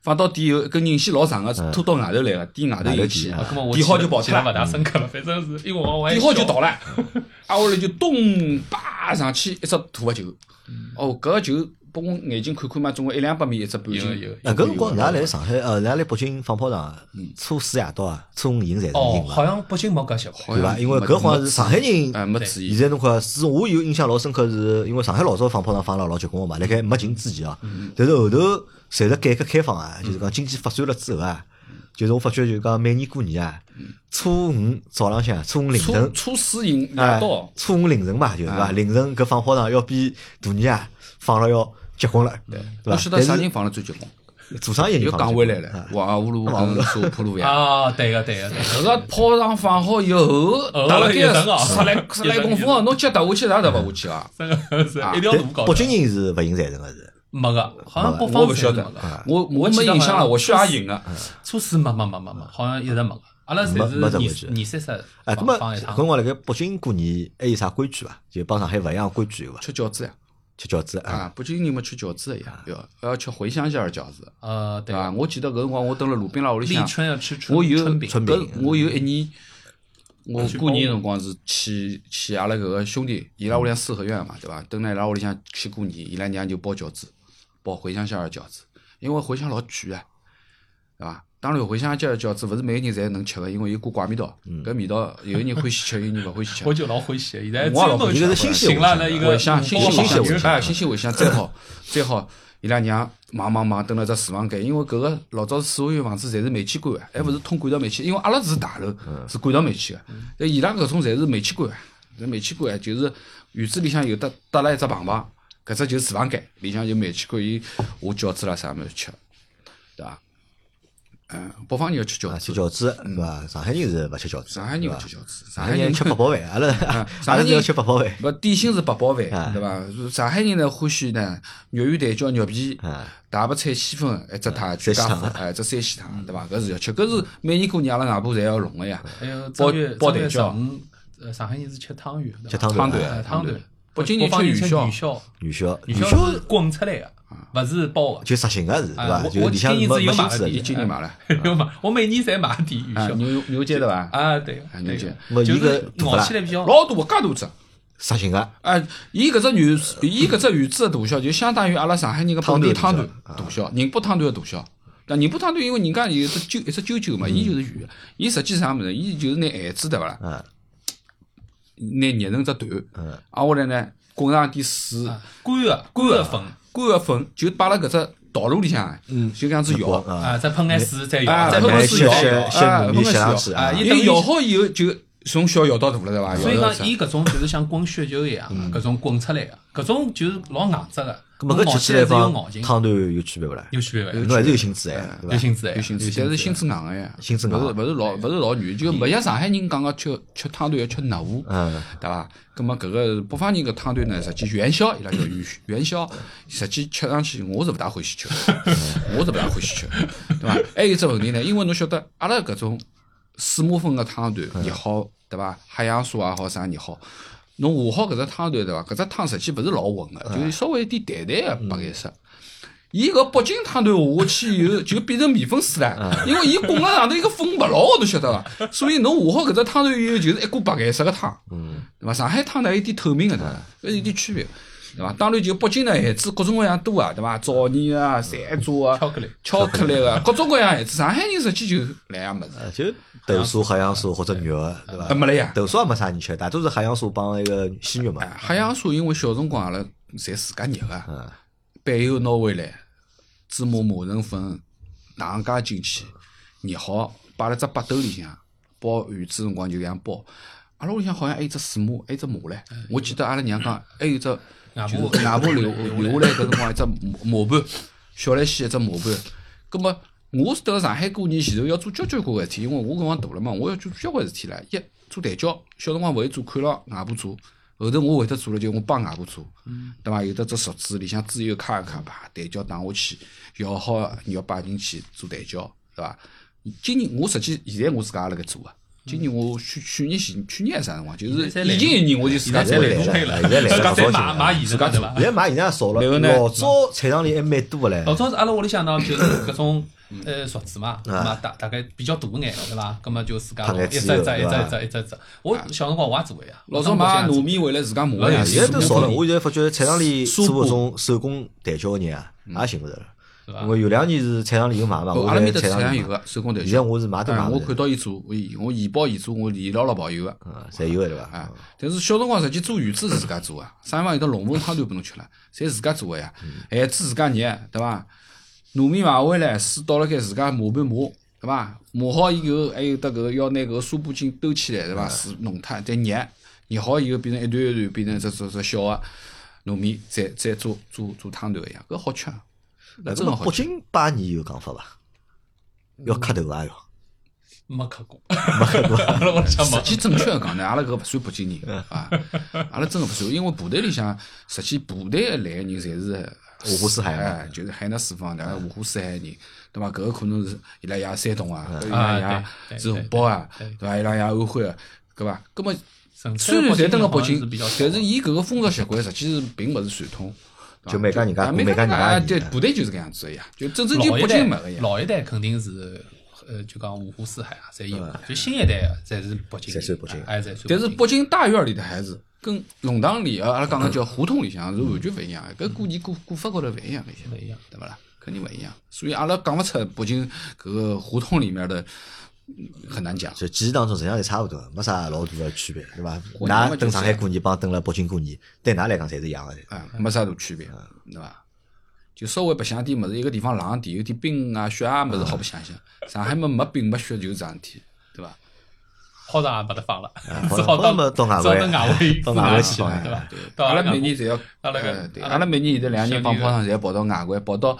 Speaker 2: 放到底以后，一根引线老长个，拖到外头来个，点外头引线
Speaker 1: 外
Speaker 3: 啊，搿么，我
Speaker 2: 点好就跑
Speaker 3: 起
Speaker 2: 脱
Speaker 3: 来勿
Speaker 2: 了，
Speaker 3: 大深刻了，反正是因为我我还
Speaker 2: 点好就
Speaker 3: 小
Speaker 2: 倒了， (laughs) 啊
Speaker 3: 嗯
Speaker 2: 挨下来就咚叭上去一只大个球，哦，搿个球拨我眼睛看看嘛，总归一两百米一只半
Speaker 3: 有
Speaker 2: 径。
Speaker 3: 有
Speaker 1: (laughs) 那搿辰光，
Speaker 2: 有
Speaker 1: 㑚来上海，呃，㑚来北京放炮仗，初四夜到啊，初五人侪是
Speaker 3: 哦，
Speaker 1: 人
Speaker 3: 好
Speaker 1: 伐？
Speaker 3: 像北京没搿习惯。
Speaker 2: 好
Speaker 1: 对伐？
Speaker 2: 像
Speaker 1: 因为搿好像是上海人
Speaker 2: 哎，没注
Speaker 1: 现
Speaker 2: 意。
Speaker 1: 在侬看，是我有印象老深刻，是因为上海老早放炮仗放了老结棍个嘛，辣盖没禁之前哦，但是后头随着改革开放啊，就是讲经济发展了之后啊，就是我发觉就是讲每年过年啊，初五早浪向，啊初五凌
Speaker 2: 初
Speaker 1: 晨，
Speaker 2: 初四人夜
Speaker 1: 哎
Speaker 2: 到，，
Speaker 1: 初五凌晨嘛，就是伐？凌晨搿放炮仗要比大年啊放了要结棍了，对
Speaker 2: 我
Speaker 1: 伐
Speaker 2: 晓？得
Speaker 1: 但
Speaker 2: 啥
Speaker 1: 是
Speaker 2: 人放了最结棍，
Speaker 1: 做生意人
Speaker 2: 又
Speaker 1: 放了
Speaker 2: 讲
Speaker 1: 结
Speaker 2: 回来
Speaker 1: 棍啊
Speaker 2: 了，瓦屋路跟沙坡路呀。
Speaker 3: 啊，对个对个，对
Speaker 2: 搿个炮仗放好以后，打了
Speaker 3: 一层
Speaker 2: 盖
Speaker 3: 啊
Speaker 2: 十来十来公分哦，侬脚踏下去啥也踏勿下去啊！
Speaker 3: 个是一条路
Speaker 1: 但
Speaker 3: 搞
Speaker 1: 北
Speaker 3: 的。
Speaker 1: 京人是勿应赞成个是，
Speaker 3: 没个，好像北
Speaker 2: 我
Speaker 3: 方
Speaker 2: 勿
Speaker 3: 是
Speaker 2: 晓
Speaker 3: 没
Speaker 2: 得
Speaker 3: 个，
Speaker 2: 我我没印象了，我血也赢啊了。
Speaker 3: 初四没没没没没，好像一直没个。阿拉侪
Speaker 1: 没没这回
Speaker 3: 是
Speaker 1: 事
Speaker 3: 年年三十
Speaker 1: 哎，
Speaker 3: 放
Speaker 1: 那么
Speaker 3: 放一
Speaker 1: 搿
Speaker 3: 趟
Speaker 1: 辰光辣盖北京过年还有啥规矩伐？就帮上海勿一样规矩有伐？
Speaker 2: 吃饺子呀！
Speaker 1: 吃饺子啊，
Speaker 2: 啊，
Speaker 3: 嗯
Speaker 2: 北京人没吃饺子的呀，对伐？还要吃回乡馅饺子，
Speaker 3: 呃，
Speaker 2: 对
Speaker 3: 啊
Speaker 2: 伐？
Speaker 3: 对个，
Speaker 2: 我记得搿辰光我蹲辣鲁冰拉屋里
Speaker 3: 立
Speaker 2: 向，
Speaker 3: 春要吃春
Speaker 2: 我有
Speaker 3: 春饼，
Speaker 1: 春
Speaker 2: 搿
Speaker 1: 饼
Speaker 2: 我有一年，我
Speaker 3: 去
Speaker 2: 过年
Speaker 3: 包
Speaker 2: 辰光是去去阿拉搿个兄弟，伊拉屋里向四合院
Speaker 3: 嗯
Speaker 2: 嘛，对伐？蹲辣伊拉屋里向去过年，伊拉娘就包饺子，包茴香馅儿饺子，因为茴香老贵啊，对伐？当然，茴香馅儿饺子勿是每个人侪能吃个，因为有股怪味道，搿味道有人欢喜吃，有人勿欢喜吃
Speaker 3: 嗯我。就老欢喜的，现在
Speaker 2: 我也老
Speaker 3: 专
Speaker 2: 欢
Speaker 3: 门
Speaker 2: 喜
Speaker 1: 现在是新鲜
Speaker 3: 请了
Speaker 1: 茴
Speaker 3: 那
Speaker 1: 香
Speaker 3: 一
Speaker 2: 茴
Speaker 3: 个
Speaker 2: 香，新鲜
Speaker 1: 新鲜
Speaker 2: 茴
Speaker 1: 茴
Speaker 2: 香，
Speaker 1: 香
Speaker 2: 哎，新鲜茴香最好，最好。伊拉娘忙忙忙蹲辣只四房间，因为搿个老早四合院房子侪是煤气管的，还勿是通管道煤气，因为阿拉是大楼，是管道煤气个。但伊拉搿种侪是煤气管的，搿煤气管的就是院子里向有搭搭了一只棚棚，搿只就是四房间，里向有煤气管，伊下饺子啦啥物事吃，对伐？嗯，北方人要吃饺
Speaker 1: 啊，吃
Speaker 2: 子，
Speaker 1: 饺子对伐？上海人是勿吃饺子，
Speaker 2: 上海人
Speaker 1: 对
Speaker 2: 勿
Speaker 1: 伐
Speaker 2: 吃饺子，上
Speaker 1: 上
Speaker 2: 海
Speaker 1: 海
Speaker 2: 人
Speaker 1: 人吃八宝饭，阿拉
Speaker 2: 上
Speaker 1: 阿
Speaker 2: 海
Speaker 1: 拉是
Speaker 2: 人
Speaker 1: 要吃八宝饭，
Speaker 2: 勿点心是八宝饭，
Speaker 1: 啊
Speaker 2: 对伐？上海人呢欢喜呢肉圆蛋饺、肉皮
Speaker 1: 啊、
Speaker 2: 大白菜鲜粉，一只汤全
Speaker 1: 三
Speaker 2: 家
Speaker 1: 喜
Speaker 2: 福，
Speaker 1: 糖
Speaker 2: 哎哎，一只三喜汤，对伐？搿是要吃，搿是每年过年阿拉外婆侪要弄个呀。
Speaker 3: 还有
Speaker 2: 包
Speaker 3: 正月
Speaker 2: 包
Speaker 3: 正月
Speaker 2: 蛋饺
Speaker 3: 十五，呃，上海人是吃汤圆，对吧
Speaker 1: 吃汤
Speaker 2: 汤
Speaker 1: 圆
Speaker 2: 圆
Speaker 1: 啊
Speaker 3: 哎
Speaker 2: 汤
Speaker 3: 汤
Speaker 2: 圆
Speaker 3: 圆，
Speaker 2: 北京人
Speaker 3: 北方
Speaker 2: 吃
Speaker 3: 人
Speaker 2: 元
Speaker 3: 吃
Speaker 2: 宵
Speaker 3: 元宵，
Speaker 1: 元宵，
Speaker 3: 元
Speaker 1: 元
Speaker 3: 宵
Speaker 1: 宵
Speaker 3: 是滚出来的，勿是包的。
Speaker 1: 就实行个是对
Speaker 3: 哎
Speaker 1: 伐？
Speaker 3: 我
Speaker 1: 就
Speaker 3: 我
Speaker 1: 里向没
Speaker 3: 今年子
Speaker 1: 没
Speaker 3: 有
Speaker 1: 心
Speaker 3: 买
Speaker 1: 思
Speaker 3: 的
Speaker 1: 的
Speaker 2: 伊
Speaker 1: 就
Speaker 2: 今年买了，
Speaker 3: (laughs) 有嘛？我每年侪买点元
Speaker 2: 啊，
Speaker 3: 宵
Speaker 2: 牛牛街对伐？
Speaker 3: 哎啊，对个，
Speaker 2: 牛
Speaker 3: 对
Speaker 2: 筋
Speaker 1: 没
Speaker 3: 个，就
Speaker 1: 伊个
Speaker 3: 是
Speaker 1: 大
Speaker 3: 咬
Speaker 1: 啦
Speaker 3: 起来比较
Speaker 2: 老大，介大只。
Speaker 1: 实行啊个。
Speaker 2: 哎，伊搿只圆，伊搿只圆子的大小，就相当于阿拉上海人个本地汤
Speaker 1: 汤
Speaker 2: 团
Speaker 1: 团
Speaker 2: 大小，宁波汤团的大小。那宁波汤团，因为人家有一只揪一只揪揪嘛，伊就是圆的。伊实际啥物事？伊就是拿馅子对伐啦？
Speaker 1: 嗯
Speaker 2: 拿捏成只团，
Speaker 1: 嗯，
Speaker 2: 啊，下来呢滚上点水，
Speaker 3: 啊干的干的粉
Speaker 2: 干个粉就摆辣搿只道路里向，啊
Speaker 3: 嗯
Speaker 2: 就搿样子摇，
Speaker 1: 啊，
Speaker 3: 啊，再喷眼水再
Speaker 2: 啊，
Speaker 3: 摇，再
Speaker 2: 喷个
Speaker 3: 喷
Speaker 1: 哎
Speaker 3: 水
Speaker 2: 水
Speaker 1: 先先先
Speaker 2: 摇，啊，哎
Speaker 3: 再摇
Speaker 1: 米
Speaker 2: 喷个
Speaker 1: 先上去
Speaker 2: 水摇，
Speaker 1: 啊
Speaker 3: 伊
Speaker 2: 因
Speaker 3: 等
Speaker 2: 为
Speaker 3: 于
Speaker 2: 摇好以后就从小摇到大了，对伐？
Speaker 3: 所以
Speaker 2: 摇到
Speaker 3: 讲，伊搿种就是像滚雪球一样，啊搿种滚出来的，搿种就是老硬质的。
Speaker 1: 咁么搿
Speaker 3: 咬
Speaker 1: 吃
Speaker 3: 起
Speaker 1: 起
Speaker 3: 来
Speaker 1: 来
Speaker 3: 是有
Speaker 1: 帮
Speaker 3: 咬劲，
Speaker 1: 汤团有区别勿啦？
Speaker 3: 有区别
Speaker 1: 侬
Speaker 3: 的，
Speaker 1: 还是有心思哎，对
Speaker 3: 有
Speaker 1: 伐？
Speaker 3: 性质的
Speaker 2: 有。心思，但是心思硬个呀，
Speaker 1: 心思硬
Speaker 2: 勿是勿是老勿是老软，就勿像上海人讲个吃吃汤团要吃热乎，
Speaker 1: 嗯，
Speaker 2: 对伐？葛么搿个北方人搿汤团呢，实际元宵伊拉叫元元宵，实际吃上去我是勿大欢喜吃，我是勿大欢喜吃，对伐？还有一只问题呢，因为侬晓得阿拉搿种四马分个汤团
Speaker 1: 嗯
Speaker 2: 也好，对伐？海洋酥也好，啥也好。侬和好搿只汤团对伐？搿只汤实际勿是老浑个，
Speaker 1: 嗯
Speaker 2: 就是稍微有点淡淡个白颜色。伊搿北京汤团下去以后就变成面粉水
Speaker 3: 啊
Speaker 2: 了，因为伊滚了上头一个粉勿牢，侬晓
Speaker 3: (laughs)
Speaker 2: 得伐？所以侬下好搿只汤团以后就是一股白颜色个汤，
Speaker 3: 嗯
Speaker 2: 对伐？上海汤呢有点透明个，对
Speaker 3: 啊
Speaker 2: 伐？搿有点区别，对伐？当然就北京呢馅子各种各样多啊，对伐？枣泥啊、山楂啊、
Speaker 3: 嗯巧克力
Speaker 2: 巧克力啊，各种各样馅子。上海人实际就来样物事，
Speaker 1: 呃就豆沙、海洋酥或者肉的，对
Speaker 2: 啊
Speaker 1: 伐？
Speaker 2: 没了呀。
Speaker 1: 豆沙也没啥人吃，大多是海洋酥帮一个鲜肉嘛
Speaker 2: 哎，。海洋酥因为小辰光阿拉侪自家捏个，
Speaker 1: 嗯，
Speaker 2: 板油拿回来，芝麻磨成粉，糖加进去，捏好，摆辣只八兜里向，包圆子辰光就搿样包。阿拉屋里向好像还有只水母，还有只麻嘞。我记得阿拉娘讲，还有只
Speaker 3: 嗯外
Speaker 2: 就
Speaker 3: 婆
Speaker 2: 是外婆
Speaker 3: (laughs)
Speaker 2: 留留下来搿辰光一只 (laughs) 麻盘，小来西一只麻盘。葛么我是到上海过年前头要做交交关关事体，因为我搿辰光大了嘛，我要做交关事体了。一做蛋饺，小辰光勿会做，看牢外婆做。后头我会得做了，就我帮外婆做，
Speaker 1: 嗯
Speaker 2: 对伐？有得只勺子里向猪油卡一卡吧，蛋饺打下去，舀好肉摆进去做蛋饺，对伐？今年我实际现在我自家也辣盖做啊，
Speaker 1: 嗯
Speaker 2: 今年我去去年前去年还是啥辰光，就是
Speaker 3: 现在
Speaker 2: 一
Speaker 3: 来
Speaker 2: 九年我就自
Speaker 1: 现
Speaker 2: 家
Speaker 1: 在
Speaker 2: 做
Speaker 1: 来
Speaker 2: 了。
Speaker 1: 了，现在来了，
Speaker 3: 搿
Speaker 1: 老
Speaker 3: 再
Speaker 1: 早
Speaker 3: 买买现成的对伐
Speaker 1: 现？在买现在也少了。
Speaker 2: 然后呢
Speaker 1: 老早菜场里还蛮多的
Speaker 3: 老
Speaker 1: 嘞，
Speaker 3: 早是阿拉屋里向呢，就是搿种呃竹子嘛，咾么大大概比较大眼个对伐？搿么就自家
Speaker 1: 拍
Speaker 3: 弄
Speaker 1: 眼
Speaker 3: 一只一
Speaker 1: 自
Speaker 3: 只
Speaker 1: 由
Speaker 3: 一只
Speaker 1: 对伐
Speaker 3: 一只一只一只，我小辰光我也做过呀。
Speaker 2: 老早买糯米回来自家磨呀，
Speaker 1: 哎现在都少了。
Speaker 2: 我
Speaker 1: 我现在发觉菜场里做
Speaker 2: 苏嗯
Speaker 1: 搿
Speaker 2: 布
Speaker 1: 种手工蛋饺的人啊，也寻勿着了。
Speaker 3: 对伐
Speaker 1: 我有两年是菜场里有买嘛，我
Speaker 2: 哦阿拉面
Speaker 1: 在
Speaker 2: 搭
Speaker 1: 菜
Speaker 2: 菜
Speaker 1: 场
Speaker 2: 场
Speaker 1: 里
Speaker 2: 有
Speaker 1: 买。
Speaker 2: 个手工蛋
Speaker 1: 现在
Speaker 2: 饺，
Speaker 1: 我是买都
Speaker 2: 当
Speaker 1: 买
Speaker 2: 然
Speaker 1: 勿
Speaker 2: 我
Speaker 1: 着
Speaker 2: 看
Speaker 1: 的，
Speaker 2: 到伊做，我我现包现做，我连捞了跑有个。
Speaker 1: 嗯，侪有的对伐？
Speaker 2: 啊，但是小辰光实际做鱼翅是自家做啊，啥地方有得龙凤汤头拨侬吃了，侪自家做个呀，
Speaker 1: 嗯
Speaker 2: 咸猪自家捏，对伐？糯米买回来，水倒辣盖自家磨盘磨，对伐？磨好以后，还有得搿个要拿搿个纱布巾兜起来，对
Speaker 1: 嗯
Speaker 2: 伐？水弄脱，再捏，捏好以后变成一段一段，变成只只只小个糯米，再再做做做汤头一样，搿好吃啊，
Speaker 1: 那
Speaker 2: 搿
Speaker 1: 搿
Speaker 2: 真
Speaker 1: 么
Speaker 2: 个好
Speaker 1: 北
Speaker 2: 吃。
Speaker 1: 京拜年有讲法伐？要磕头啊要。
Speaker 3: 没磕过，没磕过，
Speaker 1: 啊
Speaker 2: (laughs)
Speaker 3: 阿拉屋里向
Speaker 2: 实
Speaker 3: 没。
Speaker 2: 际正确个讲呢，阿拉搿勿算北京
Speaker 1: 嗯
Speaker 2: 人啊，阿拉真个勿算，因为部队里向实际部队来个人侪是
Speaker 1: 五湖四海嘛
Speaker 2: 哎，就是海南四方的五湖四海人，对伐？搿个可能是伊拉爷山东啊，
Speaker 1: 嗯
Speaker 2: 伊
Speaker 3: 啊
Speaker 2: 拉爷
Speaker 3: 对对
Speaker 2: 是
Speaker 3: 对
Speaker 2: 洪堡啊，
Speaker 3: 对嗯
Speaker 2: 对伐？伊拉爷安徽啊，搿伐？搿么
Speaker 3: 沈
Speaker 2: 虽然侪
Speaker 3: 山
Speaker 2: 蹲辣
Speaker 3: 好
Speaker 2: 北
Speaker 3: 像
Speaker 2: 京
Speaker 3: 是比较，啊
Speaker 2: 但是伊搿个风俗习惯实际是并勿是传统。对伐
Speaker 1: 就每家人家
Speaker 2: 啊
Speaker 1: 过
Speaker 2: 每
Speaker 1: 每家
Speaker 2: 家
Speaker 1: 人家
Speaker 2: 哎
Speaker 1: 的
Speaker 2: 对
Speaker 1: 人，
Speaker 2: 部队就是搿样子个呀，就真正就
Speaker 3: 老
Speaker 2: 北
Speaker 3: 一
Speaker 2: 京没个
Speaker 3: 代
Speaker 2: 呀。
Speaker 3: 老一代肯定是呃，就讲五湖四海啊，侪有，就新一代的侪是北京人，
Speaker 1: 侪算北京人
Speaker 3: 哎，侪算北京
Speaker 2: 但
Speaker 3: 人。
Speaker 2: 是北京大院里的孩子跟弄堂里啊，阿拉讲个叫胡同里向是完全勿一样的，搿过年过过法高头勿一样，
Speaker 3: 不一样，
Speaker 2: 对勿啦？肯定勿一样。所以阿拉讲勿出北京搿个胡同里面的嗯很难讲。
Speaker 1: 就记忆当中实际上是差勿多的，没啥老大的区别，对伐？
Speaker 2: 过年嘛
Speaker 1: 㑚
Speaker 2: 就
Speaker 1: 蹲
Speaker 2: 是
Speaker 1: 上海过年帮蹲辣北京过年，对㑚来讲侪是一样的。
Speaker 2: 啊，没啥大区别，对伐？就稍微白相点物事，一个地方冷点，有点冰啊、雪啊物事好白相相。上海么没冰没雪就是这样体，对伐？
Speaker 3: 炮仗也没得放了，
Speaker 1: 好
Speaker 3: 只好
Speaker 1: 那
Speaker 3: 到
Speaker 1: 么到外
Speaker 3: 只好
Speaker 1: 围
Speaker 3: 到外围
Speaker 1: 到
Speaker 3: 自
Speaker 1: 外
Speaker 3: 家
Speaker 1: 围
Speaker 3: 去
Speaker 1: 去
Speaker 3: 了
Speaker 1: 放
Speaker 3: 对伐
Speaker 2: 哎对？
Speaker 3: 到
Speaker 2: 阿拉
Speaker 3: 外
Speaker 2: 每
Speaker 3: 面
Speaker 2: 年侪要，
Speaker 3: 阿拉搿
Speaker 2: 呃对
Speaker 3: 阿拉
Speaker 2: 阿拉每年现在两
Speaker 3: 小
Speaker 2: 年帮
Speaker 3: 人
Speaker 2: 帮上侪跑到外国，跑到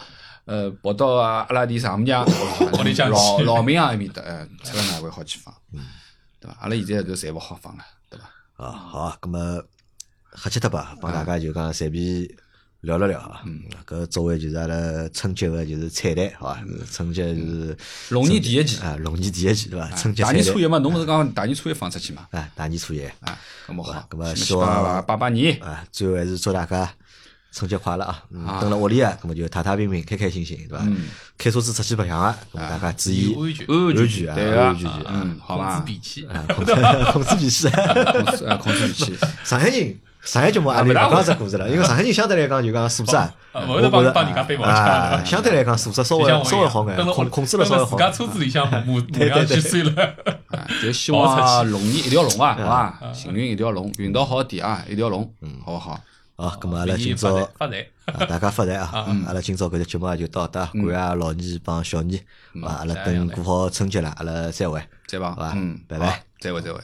Speaker 2: 呃，跑到啊阿拉里丈母娘
Speaker 3: 屋里向
Speaker 2: 老
Speaker 3: 去
Speaker 2: 老明啊埃面搭，哎，出了外国好去放，对伐？阿拉现在搿侪勿好放了，哎对伐？
Speaker 1: 啊，好啊，咁么瞎七搭八，帮大家就讲随便聊了聊啊。
Speaker 2: 嗯
Speaker 1: 搿作为就是阿拉春节个就是彩蛋，好伐？春节就是
Speaker 2: 嗯龙年第一期
Speaker 1: 啊，龙年第一期对伐？春节
Speaker 2: 大
Speaker 1: 彩
Speaker 2: 年初一
Speaker 1: 蛋
Speaker 2: 嘛，侬勿是讲大年初一放出去嘛？
Speaker 1: 啊，大年初一
Speaker 2: 啊，搿么好
Speaker 1: 啊，搿么
Speaker 2: 去
Speaker 1: 希望
Speaker 2: 拜拜拜年，
Speaker 1: 啊，最后还是祝大家春节快乐啊！嗯
Speaker 2: 啊，嗯
Speaker 1: 蹲辣屋里啊，咁么就踏踏平平、开开心心，对伐？开车子出去白相啊，咁么大家注意
Speaker 3: 有安全，
Speaker 2: 安
Speaker 1: 安全啊
Speaker 2: 对个
Speaker 1: 安全啊，
Speaker 2: 嗯，好
Speaker 3: 孔
Speaker 2: 吧
Speaker 3: 子，闭气，
Speaker 1: 控制 (laughs) 控制脾气。
Speaker 2: 控制啊，控制语气，
Speaker 1: 上海人，上海节目阿里勿讲这故事了，因为上海人相对来讲就讲素质啊，
Speaker 3: 啊
Speaker 1: 我觉
Speaker 3: 我得帮
Speaker 1: 着
Speaker 3: 帮人家背包
Speaker 1: 啊，相对来讲素质稍微
Speaker 3: 就像我一
Speaker 1: 稍微
Speaker 3: 样
Speaker 1: 好眼
Speaker 3: 蹲，了
Speaker 1: 控控制了稍微
Speaker 3: 蹲了
Speaker 1: 好
Speaker 3: 自家
Speaker 1: 眼。
Speaker 3: 车子里向母母
Speaker 1: (laughs) 对
Speaker 3: 羊
Speaker 1: 对
Speaker 3: 去追了，
Speaker 2: 啊，就希
Speaker 3: 跑出
Speaker 2: 望龙年一条龙啊，好伐？行运一条龙，运道好点啊，一条龙，好不好？
Speaker 1: 好，哦咁么
Speaker 3: (laughs)
Speaker 1: 阿拉今
Speaker 3: 明年
Speaker 1: 朝
Speaker 3: 发嗯财发财。
Speaker 1: 啊大家发财
Speaker 3: (laughs)
Speaker 1: 啊！阿拉今朝搿只节目也就到这，感
Speaker 3: 嗯
Speaker 1: 谢老二帮小二，啊，阿拉等过好春节了，阿拉再会。
Speaker 2: 再吧
Speaker 1: 好吧，
Speaker 2: 嗯，
Speaker 1: 拜拜
Speaker 2: 好，再会，再会。